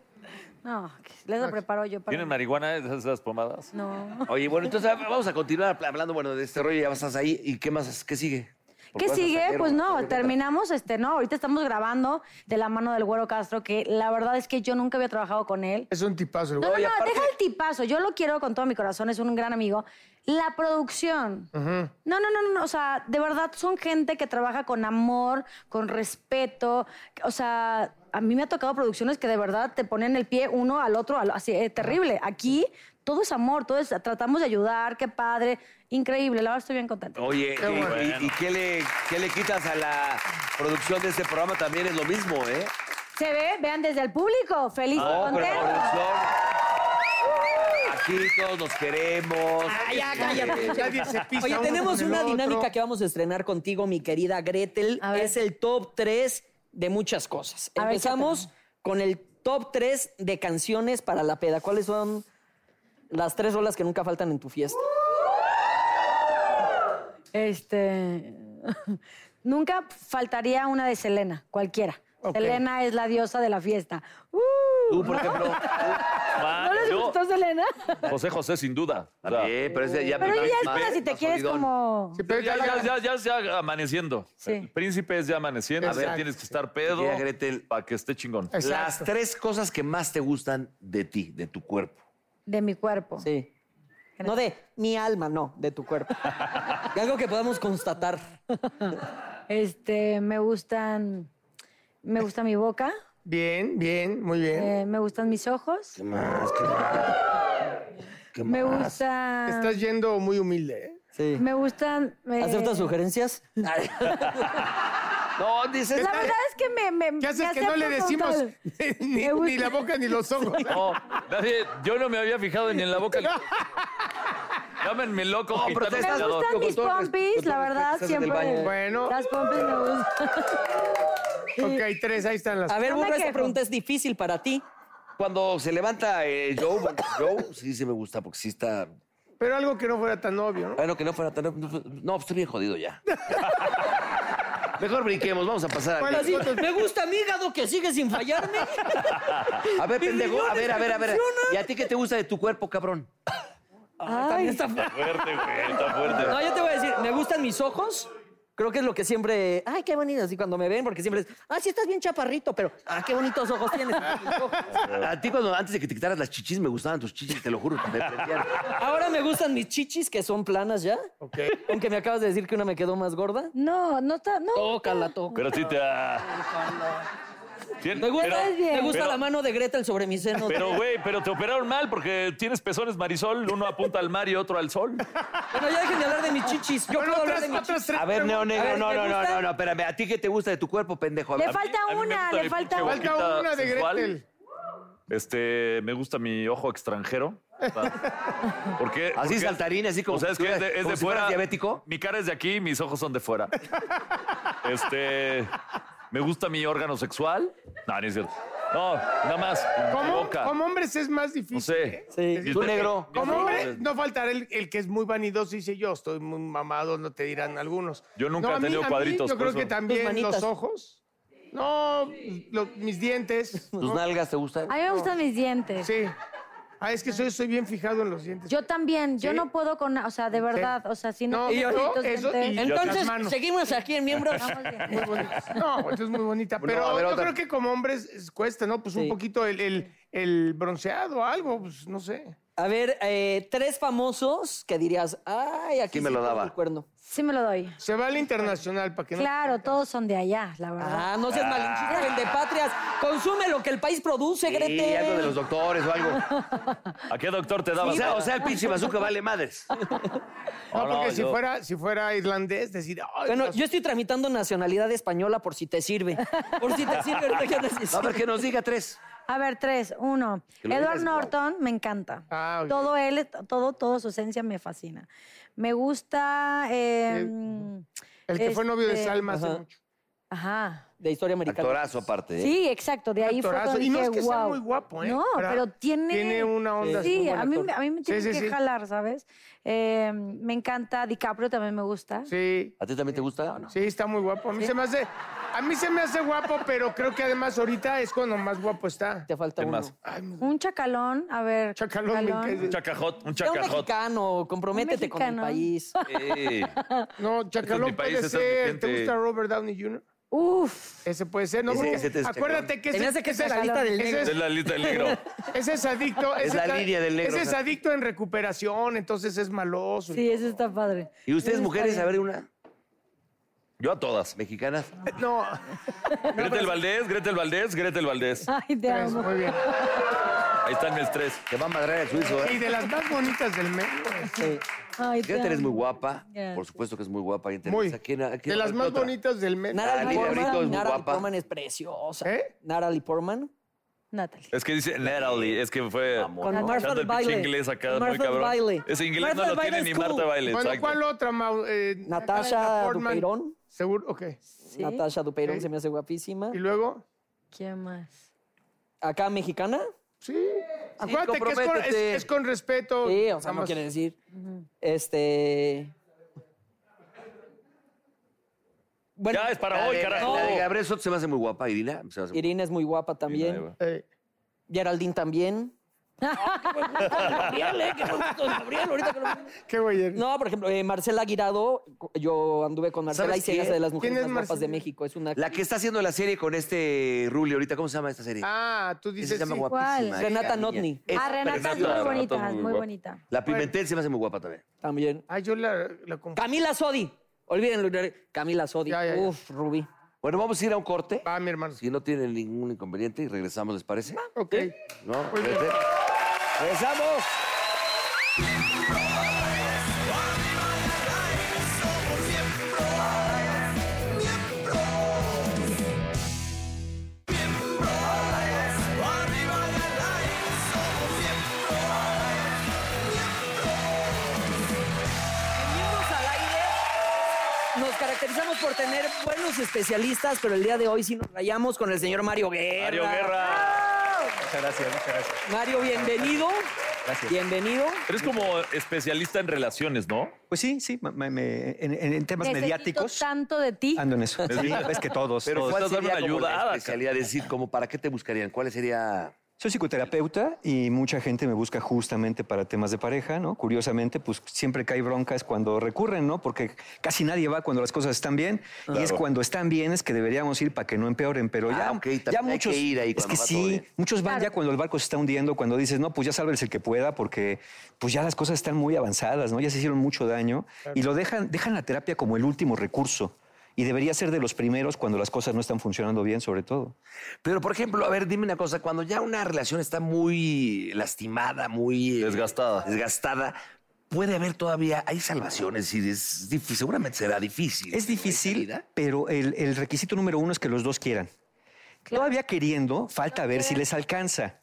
no, que les la preparo yo para... ¿Tienen marihuana esas, esas pomadas? No. Oye, bueno, entonces ah, vamos a continuar hablando, bueno, de este rollo. Ya vas ahí. ¿Y qué más? ¿Qué sigue? Porque ¿Qué vas a sigue? saber, Pues güey. no, terminamos, este, no, ahorita estamos grabando de la mano del Güero Castro, que la verdad es que yo nunca había trabajado con él. Es un tipazo el No, güey. no, no, deja el tipazo. Yo lo quiero con todo mi corazón, es un gran amigo. La producción. No, no, no, no, no, o sea, de verdad son gente que trabaja con amor, con respeto. O sea, a mí me ha tocado producciones que de verdad te ponen el pie uno al otro, al- así, eh, terrible. Aquí todo es amor, todo es, tratamos de ayudar, qué padre, increíble, la verdad estoy bien contenta. Oye, Qué ¿y- bueno. ¿y, y qué, le, qué le quitas a la producción de este programa? También es lo mismo, ¿eh? Se ve, vean desde el público, feliz, No, Ah, pero la contento. producción. Aquí todos nos queremos. Este, Ah, ya, cállate. Nadie se pisa Oye, uno tenemos con el una otro. dinámica que vamos a estrenar contigo, mi querida Gretel. A ver. Es el top 3 de muchas cosas. A ver, Empezamos con el top 3 de canciones para la peda. ¿Cuáles son las tres olas que nunca faltan en tu fiesta? Este. Nunca faltaría una de Selena, cualquiera. Selena es la diosa de la fiesta. ¡Uh! Tú, por ejemplo. Ma- ¿No les yo- gustó Selena? José José, sin duda. O sea, También, pero ese ya Pero más- ella es más- para si te más quieres jodidón. como. Sí, pero ya, ya- ya, ya, ya, ya amaneciendo. Sí. El príncipe es ya amaneciendo. Exacto. ya tienes que estar pedo Querida Gretel. para que esté chingón. Las Exacto. tres cosas que más te gustan de ti, de tu cuerpo. De mi cuerpo. Sí. No de mi alma, no, de tu cuerpo. Y algo que podamos constatar. Este, me gustan. Me gusta mi boca. Bien, bien, muy bien. eh, me gustan mis ojos. ¿Qué más? ¿Qué más? ¿Qué Me más? gusta. Estás yendo muy humilde, ¿eh? Sí. Me gustan. eh, ¿Aceptas sugerencias? No, dices. Pues, La verdad es que me. me ¿Qué haces me que no le acepto decimos total. ni, Me gusta. ni la boca ni los ojos? No, nadie- yo no me había fijado ni en la boca. Llámenme loco. que pero está te Me estás- peleado. gustan Con mis todo el respeto, pompis, con todo la el verdad, respeto, estás en el siempre. baño. Bueno. Las pompis me gustan. Ok, tres, ahí están las. A ver, No me Burro, esta quejo. pregunta es difícil para ti. Cuando se levanta eh, Joe, bueno, Joe, sí, sí me gusta porque sí está. Pero algo que no fuera tan obvio, ¿no? Bueno, que no fuera tan. No, pues, no, estoy bien jodido ya. Mejor brinquemos, vamos a pasar ¿Cuál a. es? Así, me gusta mi hígado que sigue sin fallarme. A ver, pendejo, a ver, a ver, a ver. Funciona. ¿Y a ti qué te gusta de tu cuerpo, cabrón? También está fu- Fuerte, güey, está fuerte. No, yo te voy a decir, me gustan mis ojos. Creo que es lo que siempre. Ay, qué bonito. Así cuando me ven, porque siempre es. Ah, sí, estás bien chaparrito, pero. Ah, qué bonitos ojos tienes. A ti cuando antes de que te quitaras las chichis me gustaban tus chichis, te lo juro, me prendían. Ahora me gustan mis chichis, que son planas ya. Ok. Aunque me acabas de decir que una me quedó más gorda. No, no está. No. Tócala, toca. Pero sí te. ah. Tien- Me gusta, pero- me gusta pero- la mano de Gretel sobre mis senos. Pero, güey, pero te operaron mal porque tienes pezones marisol, uno apunta al mar y otro al sol. Bueno, ya dejen de hablar de mis chichis. Yo Bueno, puedo hablar otras, de mis otras chichis. tres. A ver, Neo Negro, ver, no, ¿te no, no, gusta? no, no, espérame. ¿A ti qué te gusta de tu cuerpo, pendejo? A Le ver, falta A mí me una, gusta mi Ah, le falta eh, pinche una. Falta boquita una de sensual. Gretel. Este, me gusta mi ojo extranjero. ¿Por qué? Así Porque- saltarín, así como o sea, es si que es de, fuera- es como de si fueras fuera. diabético. Mi cara es de aquí, mis ojos son de fuera. Este. Me gusta mi órgano sexual. No, no es cierto. No, nada más. mi Como, boca. como hombres es más No difícil. sé. Sí. Tú negro. Como hombre, no faltará el, el que es muy vanidoso y dice yo estoy muy mamado, no te dirán algunos. Yo nunca No, a he mí- tenido a mí cuadritos, Yo por creo eso. que también manitas. los ojos. No, lo- mis dientes. ¿Tus nalgas te gustan? A mí me gustan mis dientes. Sí. Ah, es que soy, soy bien fijado en los dientes. Yo también, yo ¿Sí? no puedo con, o sea, de verdad, o sea, si no. No, tengo yo- bonitos eso y- dientes- las Entonces, manos. seguimos aquí en miembros. Muy bonita. No, pues es muy bonita. Pero a ver, yo otra. creo que como hombres es- cuesta, ¿no? Pues Sí. un poquito el, el, el bronceado o algo, pues no sé. A ver, eh, tres famosos que dirías, ay, aquí ¿Quién me sí lo puso daba? el cuerno. Sí me lo doy. Se va al internacional para que no. Claro, todos son de allá, la verdad. Ah, no seas malinchista, vende patrias. Consume lo que el país produce, Grete. Sí, algo de los doctores o algo. ¿A qué doctor te daba? O sea, o sea, el pinche bazooka vale madres. No, No, porque no, si, yo- fuera, si fuera irlandés, decir. Ay, Bueno, las- yo estoy tramitando nacionalidad española por si te sirve. Por si te sirve, ahorita ya necesito. A ver, que nos diga tres. A ver, tres, uno. Que lo Edward digas, guau. Norton, me encanta. Ah, ok. Todo él, todo, todo su esencia me fascina. Me gusta. eh, el que fue novio de este, Salma hace Ajá. mucho. Ajá. De historia americana. Actorazo aparte, ¿eh? Sí, exacto, de ahí fue Actorazo. cuando Y no es dije, que sea "Guau". muy guapo, ¿eh? No, Pero pero tiene... tiene una onda, es Sí, muy buen a mí, actor. a mí me Sí, tiene sí, que sí. jalar, ¿sabes? Eh, me encanta, DiCaprio también me gusta. Sí, ¿A ti también te gusta o no? sí, está muy guapo. A mí se me hace. A mí se me hace guapo, pero creo que además ahorita es cuando más guapo está. Te falta uno. más? Ay, me- Un chacalón, a ver. Chacalón, me cae de- Un chacajot, un Sea un chacajot. mexicano, comprométete Un con el mexicano. país. Sí. No, mi Chacalón país, puede este es mi ser. gente. ¿Te gusta Robert Downey Jr.? Uf, Ese puede ser, ¿no? Ese- Porque ese te es acuérdate que Se me ese, hace que ese es la lista del ese negro. es- Es la lista del negro. ese es adicto. Es ese la está- línea del negro, Ese o es sea. adicto en recuperación, entonces es maloso. sí, eso está padre. ¿Y ustedes, Eso está mujeres, bien. a ver una? Yo a todas. ¿Mexicanas? No, Gretel Valdés, Gretel Valdés, Gretel Valdés. Ay, te es amo. Pues, muy bien. Ahí están mis tres. Te va a madrear el suizo, Y ¿eh? de las más bonitas del medio. Ay, te Fíjate, eres amo. muy guapa. Gracias. Por supuesto que es muy guapa. ¿Quién te Muy. gusta? ¿Quién- a- quién- De las qué más otra? bonitas del medio. Nara Natalie Brito es Portman, muy Nara guapa. Portman es preciosa. ¿Eh? Nara Portman. Natalie. Es que dice Natalie, es que fue Con echando Martha el pinche Bailey. inglés acá, Con muy Martha cabrón. Bailey. Ese inglés Martha no lo tiene Bailey ni es cool. Marta Baile, Bueno, exacto. ¿cuál otra, Mau? Eh, Natasha Portman. Dupeirón. Seguro, ok. Sí. Natasha Dupeirón Sí. se me hace guapísima. ¿Y luego? ¿Quién más? Acá mexicana. Sí. Acuérdate que es con, es- comprométete. es con respeto. Sí, o nada sea, no más. quiere decir. Este. Bueno, Ya es para La hoy, de- carajo. La de Gabriel Soto se me hace muy guapa. Irina se me hace muy Irina es muy guapa también. Ahí va. Eh, Geraldine también. Gabriel, ¿eh? Qué bonito es Gabriel, ahorita que lo- qué güey eres. No, por ejemplo, eh, Marcela Aguirado, yo anduve con Marcela ¿Sabes y se me quién? hace de las mujeres ¿Quién es más guapas de Marcela? México. Es una La que está haciendo la serie con este Rulli ahorita, ¿cómo se llama esta serie? Ah, tú Esa se dices. llama sí. guapísima. ¿Cuál? Renata esa niña. Notni. Es Ah, Renata es preciosa. muy Renata es bonita, muy muy, guapa. bonita. La Pimentel se me hace muy guapa también. también. Ah, yo la, la confundí. Camila Sodi. Olvídenlo, Camila Sodi. Ya, ya, ya. Uf, Rubí. Bueno, vamos a ir a un corte. Ah, mi hermano. Si no tienen ningún inconveniente y regresamos, ¿les parece? Ok. No, Muy bien. espérate. regresamos. En Miembros al Aire nos caracterizamos por tener buenos especialistas, pero el día de hoy sí nos rayamos con el señor Mario Guerra. Mario Guerra. Muchas gracias, muchas gracias. Mario, bienvenido. Gracias. Bienvenido. Eres como especialista en relaciones, ¿no? Pues sí, sí, me- me- en, en- en temas Necesito mediáticos. tanto de ti. Ando en eso. Sí, es que todos. Pero todos. ¿Cuál ¿cuál Estás dando sería una como la ayudada, especialidad? Es decir, como para qué te buscarían, ¿cuál sería? Soy psicoterapeuta y mucha gente me busca justamente para temas de pareja, ¿no? Curiosamente, pues siempre cae broncas cuando recurren, ¿no? Porque casi nadie va cuando las cosas están bien y es cuando están bien es que deberíamos ir para que no empeoren, pero Ah, ya, ok, también ya hay muchos que ir ahí es cuando que va todo sí, bien. muchos van ya cuando el barco se está hundiendo, cuando dices, "No, pues ya sálvese el que pueda" porque pues ya las cosas están muy avanzadas, ¿no? Ya se hicieron mucho daño y lo dejan dejan la terapia como el último recurso y debería ser de los primeros cuando las cosas no están funcionando bien, sobre todo. Pero, por ejemplo, a ver, dime una cosa, cuando ya una relación está muy lastimada, muy... eh, Desgastada. Desgastada, puede haber todavía, hay salvaciones, y es difícil, seguramente será difícil. Es ¿no? ¿Hay difícil, salida? pero el, el requisito número uno es que los dos quieran. Todavía queriendo, falta ver si les alcanza.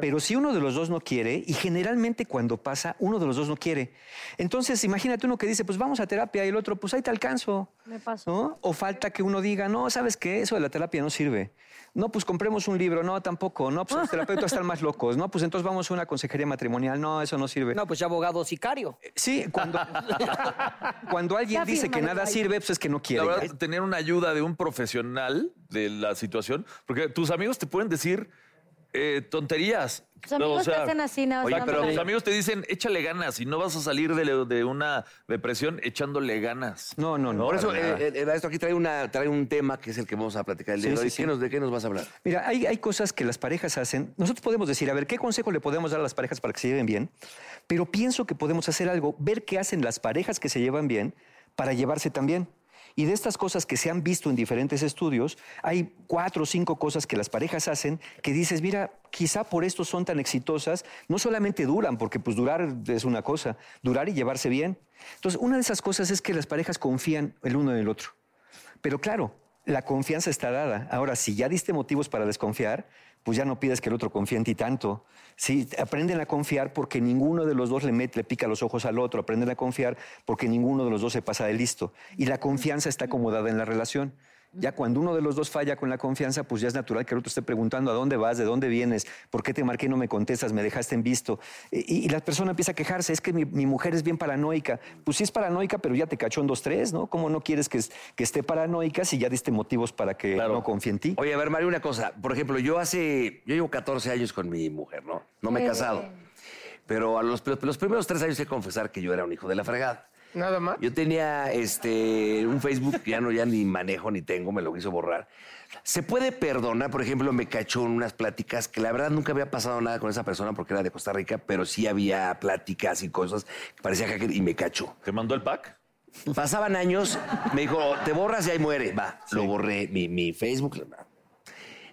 Pero si uno de los dos no quiere, y generalmente cuando pasa, uno de los dos no quiere. Entonces, imagínate uno que dice, pues vamos a terapia, y el otro, pues ahí te alcanzo. Me pasó. ¿no? O falta que uno diga, no, ¿sabes qué? Eso de la terapia no sirve. No, pues compremos un libro, no, tampoco. No, pues los terapeutas están más locos. No, pues entonces vamos a una consejería matrimonial. No, eso no sirve. No, pues ya abogado sicario. Sí, cuando, cuando alguien Ya dice que fírmale, nada bye. sirve, pues es que no quiere. La verdad, tener una ayuda de un profesional de la situación, porque tus amigos te pueden decir eh, tonterías. Tus amigos te hacen así, nada más Oye, dando pero la- tus amigos te dicen, échale ganas y no vas a salir de, le- de una depresión echándole ganas. No, no, no. Por eso, para nada. eh, eh, esto aquí trae, una, trae un tema que es el que vamos a platicar el día Sí, de hoy. sí, ¿Qué sí. nos- ¿De qué nos vas a hablar? Mira, hay, hay cosas que las parejas hacen. Nosotros podemos decir, a ver, ¿qué consejo le podemos dar a las parejas para que se lleven bien? Pero pienso que podemos hacer algo, ver qué hacen las parejas que se llevan bien para llevarse tan bien. Y de estas cosas que se han visto en diferentes estudios, hay cuatro o cinco cosas que las parejas hacen que dices, mira, quizá por esto son tan exitosas, no solamente duran, porque pues durar es una cosa, durar y llevarse bien. Entonces, una de esas cosas es que las parejas confían el uno en el otro. Pero claro, la confianza está dada. Ahora, si ya diste motivos para desconfiar, pues ya no pides que el otro confíe en ti tanto. Sí, aprenden a confiar porque ninguno de los dos le, mete, le pica los ojos al otro. Aprenden a confiar porque ninguno de los dos se pasa de listo. Y la confianza está acomodada en la relación. Ya cuando uno de los dos falla con la confianza, pues ya es natural que el otro esté preguntando a dónde vas, de dónde vienes, por qué te marqué y no me contestas, me dejaste en visto. E, Y, y la persona empieza a quejarse, es que mi, mi mujer es bien paranoica. Pues sí es paranoica, pero ya te cachó en dos, tres, ¿no? ¿Cómo no quieres que, es- que esté paranoica si ya diste motivos para que Claro. no confíe en ti? Oye, a ver, Mario, una cosa. Por ejemplo, yo hace. Yo llevo 14 años con mi mujer, ¿no? No me he casado. Pero a los, los primeros tres años he de confesar que yo era un hijo de la fregada. Nada más. Yo tenía este un Facebook que ya no ya ni manejo ni tengo, me lo quiso borrar. Se puede perdonar, por ejemplo, me cachó en unas pláticas que la verdad nunca había pasado nada con esa persona porque era de Costa Rica, pero sí había pláticas y cosas que parecía hacker y me cachó. ¿Te mandó el pack? Pasaban años, me dijo, te borras y ahí muere. Va, lo borré, mi, mi Facebook.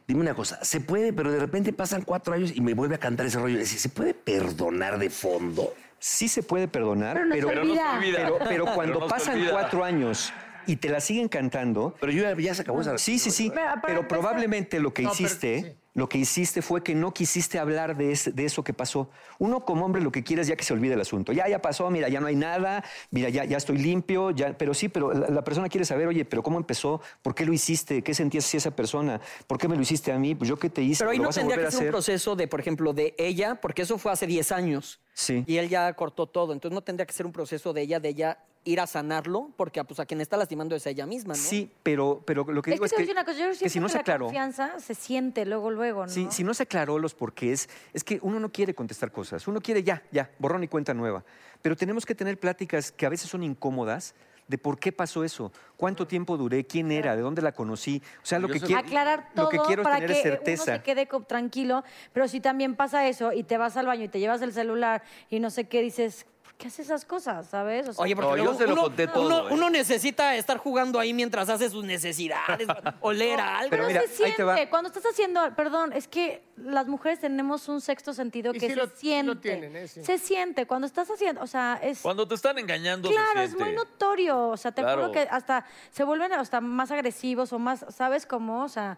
Dime una cosa, ¿se puede, pero de repente pasan cuatro años y me vuelve a cantar ese rollo? Es decir, ¿se puede perdonar de fondo? Sí se puede perdonar, Pero no pero, se Pero no se Mira. olvida. pero- pero cuando no se pasan olvida. cuatro años y te la siguen cantando, Pero yo ya, ya se acabó esa Sí, sí, sí. Pero Pero, para empezar- probablemente lo que No, pero- hiciste, sí. lo que hiciste fue que no quisiste hablar de, es- de eso que pasó. Uno como hombre lo que quiere es ya que se olvide el asunto. Ya, ya pasó, mira, ya no hay nada, mira, ya, ya estoy limpio, ya, pero sí, pero la, la persona quiere saber, oye, pero ¿cómo empezó? ¿Por qué lo hiciste? ¿Qué sentías hacia esa persona? ¿Por qué me lo hiciste a mí? Pues yo qué te hice. Pero ahí ¿Lo no vas a tendría volver que a ser un hacer? proceso de, por ejemplo, de ella, porque eso fue hace 10 años. Sí. Y él ya cortó todo. Entonces no tendría que ser un proceso de ella, de ella ir a sanarlo, porque pues, a quien está lastimando es a ella misma, ¿no? Sí, pero, pero lo que Es digo que es te voy a que, decir una cosa, yo que siento si no que se la aclaró. confianza se siente luego, luego, ¿no? Sí, si no se aclaró los porqués, es que uno no quiere contestar cosas, uno quiere ya, ya, borrón y cuenta nueva. Pero tenemos que tener pláticas que a veces son incómodas de por qué pasó eso, cuánto tiempo duré, quién era, de dónde la conocí. O sea, lo que quiero, aclarar todo lo que quiero es para tener que es uno certeza. se quede co- tranquilo, pero si también pasa eso y te vas al baño y te llevas el celular y no sé qué dices, ¿por qué haces esas cosas, sabes? O sea, Oye, porque No, yo luego se lo uno, conté todo, uno- ¿eh? uno necesita estar jugando ahí mientras hace sus necesidades, oler a algo. Pero no mira, se ahí te siente. va. Cuando estás haciendo, perdón, es que las mujeres tenemos un sexto sentido Y que sí se lo- sí siente. lo tienen, ¿eh? Sí. Se siente cuando estás haciendo, o sea, es Cuando te están engañando, se Claro, es siente. muy notorio, o sea, te Claro. juro que hasta se vuelven hasta más agresivos o más, ¿sabes cómo? O sea,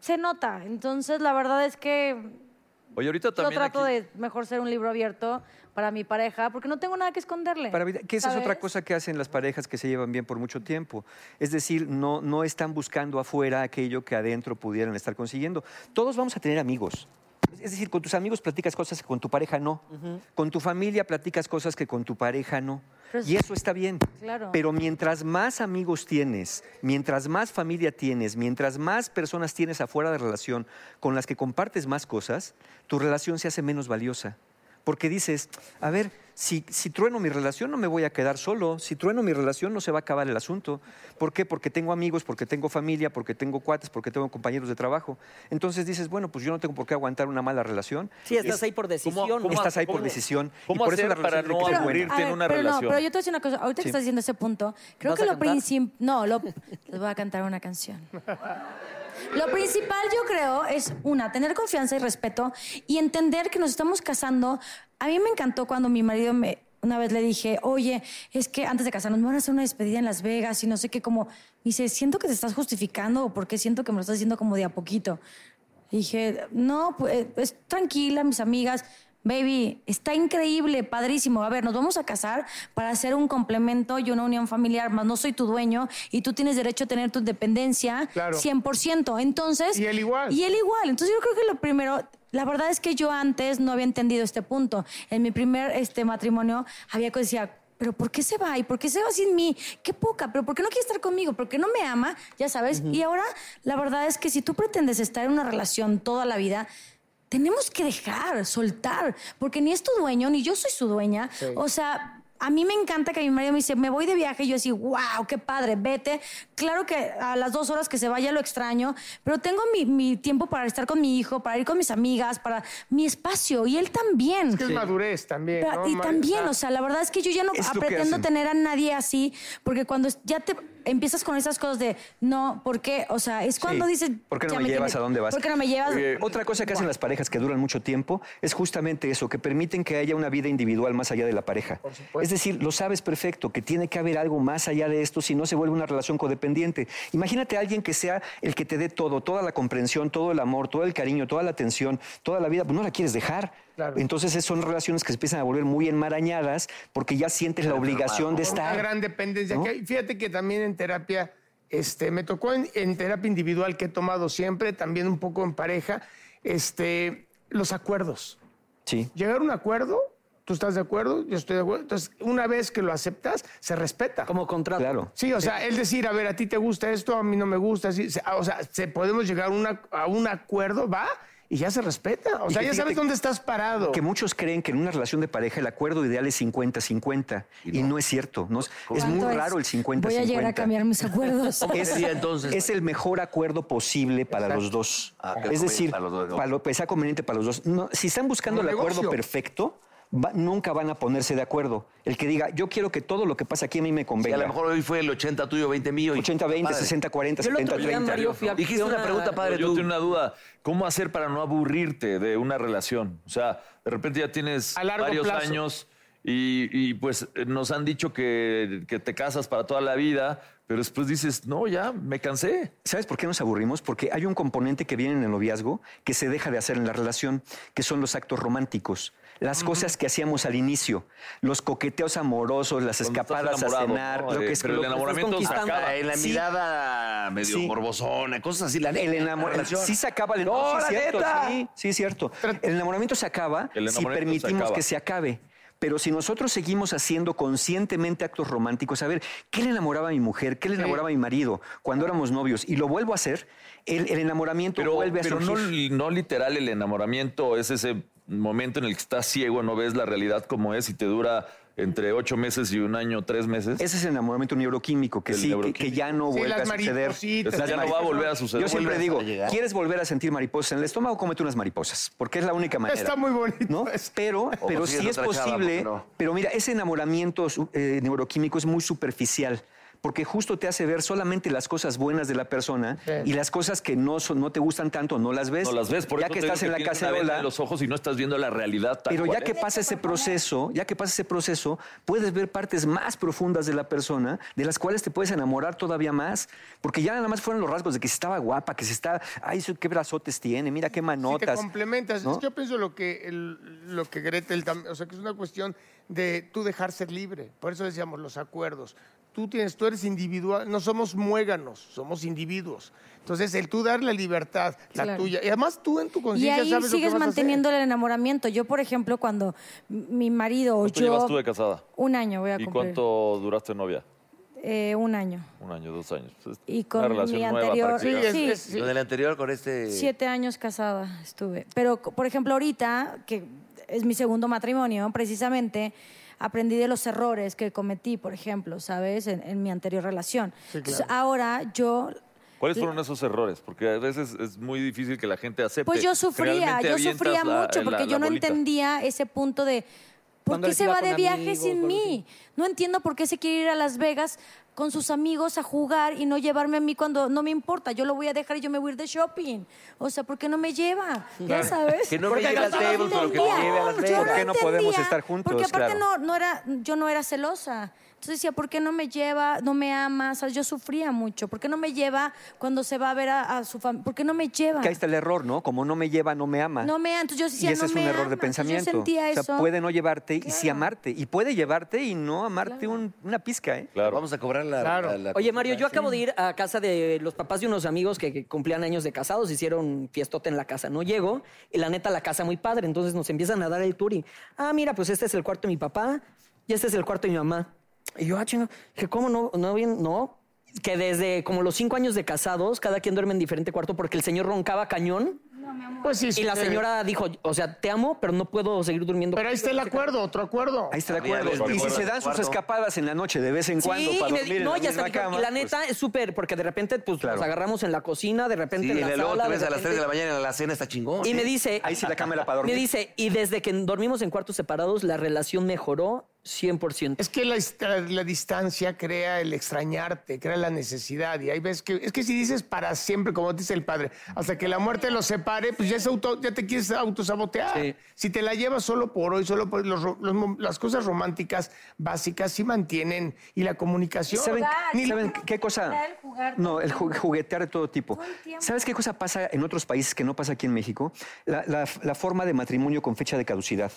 se nota. Entonces, la verdad es que Oye, ahorita yo también. trato aquí- de mejor ser un libro abierto para mi pareja porque no tengo nada que esconderle. Para evitar- que esa es otra ¿sabes? cosa que hacen las parejas que se llevan bien por mucho tiempo. Es decir, no, no están buscando afuera aquello que adentro pudieran estar consiguiendo. Todos vamos a tener amigos. Es decir, con tus amigos platicas cosas que con tu pareja no. Con tu familia platicas cosas que con tu pareja no. Pero y es- eso está bien. Claro. Pero mientras más amigos tienes, mientras más familia tienes, mientras más personas tienes afuera de relación con las que compartes más cosas, tu relación se hace menos valiosa. Porque dices, a ver, si, si trueno mi relación no me voy a quedar solo, si trueno mi relación no se va a acabar el asunto. ¿Por qué? Porque tengo amigos, porque tengo familia, porque tengo cuates, porque tengo compañeros de trabajo. Entonces dices, bueno, pues yo no tengo por qué aguantar una mala relación. Sí, estás ahí por decisión. ¿Cómo- cómo ¿no? Estás ahí por cómo- decisión. cómo y por hacer eso la para relación tiene no que ser aburrirte? buena. aburrirte en una pero relación. No, pero yo te voy a decir una cosa. Ahorita Sí. que estás diciendo ese punto, creo ¿Vas que a lo cantar? principal. No, lo... les voy a cantar una canción. Lo principal, yo creo, es una, tener confianza y respeto y entender que nos estamos casando. A mí me encantó cuando mi marido me. Una vez le dije, oye, es que antes de casarnos me van a hacer una despedida en Las Vegas y no sé qué, como. Me dice, siento que te estás justificando o porque siento que me lo estás haciendo como de a poquito. Y dije, no, pues es tranquila, mis amigas. Baby, está increíble, padrísimo. A ver, nos vamos a casar para hacer un complemento y una unión familiar, más no soy tu dueño y tú tienes derecho a tener tu independencia Claro. 100%. Entonces... Y él igual. Y él igual. Entonces yo creo que lo primero, la verdad es que yo antes no había entendido este punto. En mi primer este, matrimonio había cosas que decía, pero ¿por qué se va? ¿Y por qué se va sin mí? Qué poca, pero ¿por qué no quiere estar conmigo? ¿Por qué no me ama? Ya sabes. Y ahora la verdad es que si tú pretendes estar en una relación toda la vida... Tenemos que dejar, soltar, porque ni es tu dueño, ni yo soy su dueña. O sea, a mí me encanta que mi marido me dice, me voy de viaje. Y yo así, wow, qué padre, vete. Claro que a las dos horas que se vaya lo extraño, pero tengo mi, mi tiempo para estar con mi hijo, para ir con mis amigas, para mi espacio. Y él también. Es que es madurez también. Pero- ¿no? y Ma- también, ah, o sea, la verdad es que yo ya no Es lo que pretendo hacen. tener a nadie así, porque cuando es- ya te empiezas con esas cosas de, no, ¿por qué? O sea, es cuando Sí. dices... ¿Por qué no ya me llevas? tiene- ¿A dónde vas? ¿Por qué no me llevas? Eh, otra cosa que hacen las parejas que duran mucho tiempo es justamente eso, que permiten que haya una vida individual más allá de la pareja. Es decir, lo sabes perfecto, que tiene que haber algo más allá de esto, si no se vuelve una relación codependiente. Imagínate a alguien que sea el que te dé todo, toda la comprensión, todo el amor, todo el cariño, toda la atención, toda la vida, pues no la quieres dejar. Claro. Entonces es- son relaciones que se empiezan a volver muy enmarañadas porque ya sientes la obligación de con Una estar. gran dependencia ¿no? que hay. Fíjate que también en terapia, este, me tocó en, en terapia individual que he tomado siempre, también un poco en pareja, este, los acuerdos. Sí. Llegar a un acuerdo, tú estás de acuerdo, yo estoy de acuerdo. Entonces, una vez que lo aceptas, se respeta. Como contrato. Claro. Sí, o sea, el decir, a ver, a ti te gusta esto, a mí no me gusta, así, se- o sea, se podemos llegar a una- a un acuerdo, va, y ya se respeta. O Y sea, que ya sabes fíjate- dónde estás parado. Que muchos creen que en una relación de pareja el acuerdo ideal es 50-50 y, no es cierto. No, es- es muy ¿Cuánto es? raro el 50-50. Voy a llegar a cambiar mis acuerdos. Es, es el mejor acuerdo posible para los dos. Ah, que es convenga decir, para los dos, ¿no? para lo que sea conveniente para los dos. No, si están buscando el Como acuerdo negocio. perfecto, va- nunca van a ponerse de acuerdo. El que diga, yo quiero que todo lo que pasa aquí a mí me Y a convenga. lo mejor hoy fue el 80 tuyo, 20 mío. y- 80-20, Padre. 60-40, Yo el otro día, 70-30. Mario, fui a- Dijiste fui a una pregunta, padre, Yo tú. tengo una duda. ¿Cómo hacer para no aburrirte de una relación? O sea, de repente ya tienes A largo varios plazo. años y, y, pues eh, nos han dicho que, que te casas para toda la vida, pero después dices, no, ya me cansé. ¿Sabes por qué nos aburrimos? Porque hay un componente que viene en el noviazgo que se deja de hacer en la relación, que son los actos románticos. Las cosas que hacíamos al inicio, los coqueteos amorosos, las Cuando estás escapadas a enamorado, cenar, ¿no? lo Eh, que es pero el lo que- enamoramiento se Acaba, acaba. en la Sí. mirada medio Sí. morbosona, cosas así. La El enamoramiento sí se acaba el ¡No, sí, la cierto, neta! sí, sí, es cierto. El enamoramiento se acaba El si enamoramiento se permitimos acaba. que se acabe. Pero si nosotros seguimos haciendo conscientemente actos románticos, a ver, ¿qué le enamoraba a mi mujer? ¿Qué le enamoraba a mi marido cuando éramos novios? Y lo vuelvo a hacer, el, el enamoramiento Pero, vuelve a pero no, surgir. no literal el enamoramiento, es ese momento en el que estás ciego, no ves la realidad como es y te dura entre ocho meses y un año, tres meses. Ese es el enamoramiento neuroquímico, que El sí, que- que, neuroquímico. ya no Sí, vuelve las a suceder. maripositas, Eso ya no va a volver a suceder. Yo siempre Vuelve a digo, llegar. ¿quieres volver a sentir mariposas en el estómago? Cómete unas mariposas, porque es la única manera. Está muy bonito ¿no? eso. Pero, pero consigues sí es otra chava, porque posible. no. Pero mira, ese enamoramiento su- eh, neuroquímico es muy superficial. Porque justo te hace ver solamente las cosas buenas de la persona y las cosas que no, son- no te gustan tanto no las ves. No las ves, por ya eso que te digo estás en la tienes una venda cacerola. en los ojos y no estás viendo la realidad tal Pero cual ¿eh? ya que es. pasa ese proceso, ya que pasa ese proceso, puedes ver partes más profundas de la persona, de las cuales te puedes enamorar todavía más, porque ya nada más fueron los rasgos de que si estaba guapa, que si está, ay, su- qué brazotes tiene, mira qué Si te manotas. complementas. ¿no? Es que yo pienso lo que, el- lo que Gretel también, o sea, que es una cuestión de tú dejar ser libre. Por eso decíamos los acuerdos. Tú tienes, tú eres individual, no somos muéganos, somos individuos. Entonces, el tú dar la libertad, la Claro. tuya. Y además tú en tu Y conciencia ahí pues, sabes lo que sigues vas a hacer. manteniendo el enamoramiento. Yo, por ejemplo, cuando m- mi marido o ¿Cuánto Pues yo... llevas tú de casada? Un año voy a ¿Y cumplir. cuánto duraste de novia? Eh, un año. Un año, dos años. Pues, Y una con relación mi nueva anterior... prácticamente. Sí, es- Lo del anterior con este. Siete años casada estuve. Pero, co- por ejemplo, ahorita, que es mi segundo matrimonio, precisamente aprendí de los errores que cometí, por ejemplo, ¿sabes? En, en mi anterior relación. Entonces, ahora yo... ¿Cuáles fueron esos errores? Porque a veces es muy difícil que la gente acepte. Pues yo sufría, Realmente yo avientas sufría la- eh, mucho la- porque la yo no bolita. entendía ese punto de... ¿Por Cuando qué él se se iba va de con viaje amigos, sin cuando mí? No entiendo por qué se quiere ir a Las Vegas con sus amigos a jugar y no llevarme a mí cuando no me importa. Yo lo voy a dejar y yo me voy a ir de shopping. O sea, ¿por qué no me lleva? Ya Claro. sabes. Que no me lleve al table, pero que me lleve a Las Vegas. ¿Por qué no podemos entendía, estar juntos? Porque aparte Claro. no, no era, yo no era celosa. Entonces decía, ¿por qué no me lleva? No me ama. O sea, yo sufría mucho. ¿Por qué no me lleva cuando se va a ver a, a su familia? ¿Por qué no me lleva? Que ahí está el error, ¿no? Como no me lleva, no me ama. No me ama. Entonces yo decía, y ese no es un me error ama. de Entonces pensamiento. Yo sentía o sea, eso. puede no llevarte y sí amarte. Y puede llevarte y no amarte un- una pizca, ¿eh? Claro. Vamos a cobrar la. Claro. la- la- Oye, Mario, yo acabo de ir a casa de los papás de unos amigos que que cumplían años de casados, hicieron fiestote en la casa. No llego, y la neta, la casa muy padre. Entonces nos empiezan a dar el tour y, ah, mira, pues este es el cuarto de mi papá y este es el cuarto de mi mamá. Y yo, ah, chingo, que cómo no, no, bien, no. Que desde como los cinco años de casados, cada quien duerme en diferente cuarto porque el señor roncaba cañón. Pues sí, Y la eh, señora dijo, o sea, te amo, pero no puedo seguir durmiendo. Pero ahí está el acuerdo, otro acuerdo. Ahí está de Había acuerdo. los Y si acuerdos se de dan sus cuarto. escapadas en la noche de vez en cuando Sí, para y me- dormir en no, la ya misma está. cama, y pues la neta es súper, porque de repente pues Claro. nos agarramos en la cocina, de repente Sí, en y la luego sala. te ves a las 3 repente- de la mañana en la cena, está chingón. Y ¿eh? me dice, Ahí sí la cama era para dormir. me dice, y desde que dormimos en cuartos separados, la relación mejor 100%. Es que la, est- la distancia crea el extrañarte, crea la necesidad. Y ahí ves que, es que si dices para siempre, como dice el padre, hasta que la muerte los separe, pues ya, es auto, ya te quieres autosabotear. Sí. Si te la llevas solo por hoy, solo por los ro- los mom- las cosas románticas básicas sí mantienen y la comunicación. ¿Saben, Ni- saben qué cosa? el jugar no, el ju- juguetear de todo tipo. el tiempo. ¿Sabes qué cosa pasa en otros países que no pasa aquí en México? La, la- la forma de matrimonio con fecha de caducidad.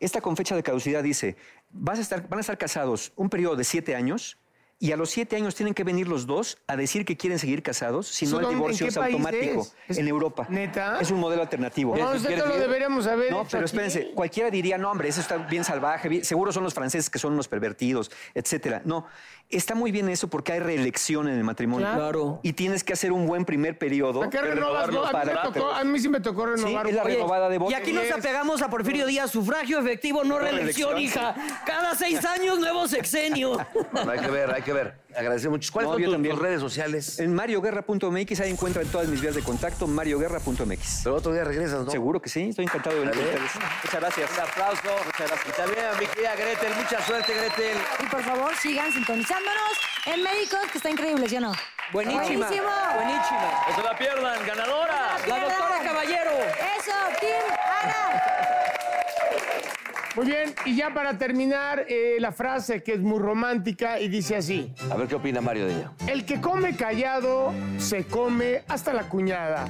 Esta con fecha de caducidad dice, vas a estar, van a estar casados un periodo de siete años y a los siete años tienen que venir los dos a decir que quieren seguir casados, si ¿Eso no el dónde- en divorcio qué es país automático es? en Europa. ¿Neta? Es un modelo alternativo. No, esto lo deberíamos haber No, hecho pero aquí. espérense, cualquiera diría, no, hombre, eso está bien salvaje, bien- seguro son los franceses que son unos pervertidos, etcétera. No, está muy bien eso porque hay reelección en el matrimonio. Claro. Y tienes que hacer un buen primer periodo. ¿Para qué renovas? renovarlos No, a, mí me para- tocó- a mí sí me tocó Sí, renovar. es la Oye, renovada de Y votos. aquí nos apegamos a Porfirio Díaz, sufragio efectivo, no reelección, hija. Cada seis años, nuevo sexenio. Bueno, hay que ver, hay que ver. Agradecer mucho. ¿Cuáles No, son yo tus, también. tus redes sociales? En marioguerra.mx, ahí encuentran todas mis vías de contacto, marioguerra.mx. Pero otro día regresas, ¿no? Seguro que sí, estoy encantado de venir con Dale. ustedes. Muchas gracias. Un aplauso. Muchas gracias. Y también a mi querida Gretel. Mucha suerte, Gretel. Y por favor, sigan sintonizándonos en Médicos, que está increíble, ¿sí o no? Buenísima. Buenísimo. Buenísima. No se la pierdan, ganadora. La doctora Caballero. Eso, Tim, Ana. Muy bien, y ya para terminar, eh, la frase que es muy romántica y dice así. A ver qué opina Mario de ella. El que come callado se come hasta la cuñada.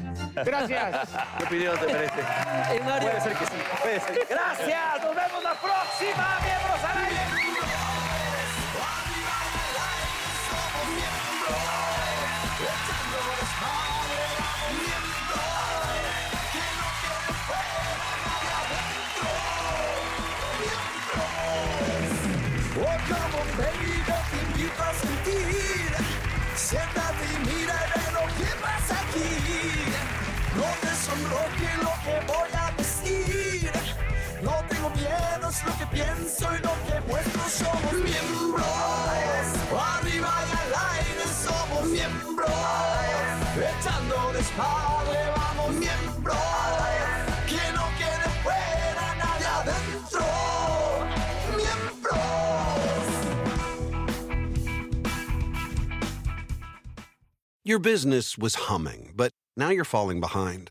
Gracias. ¿Qué opinión te merece? Eh, Mario. Gracias. Nos vemos la próxima, miembros al aire. Oh, como baby, te invito a sentir. Siéntate y mira y ve lo que pasa aquí. No te sonroje lo que voy a decir. No tengo miedo, es lo que pienso y lo que muestro. Somos miembros. Arriba y al aire somos miembros. Echando desmadre vamos miembros. Que no quede fuera nadie adentro. Miembros. Your business was humming, but now you're falling behind.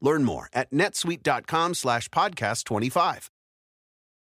Learn more at netsuite.com slash podcast 25.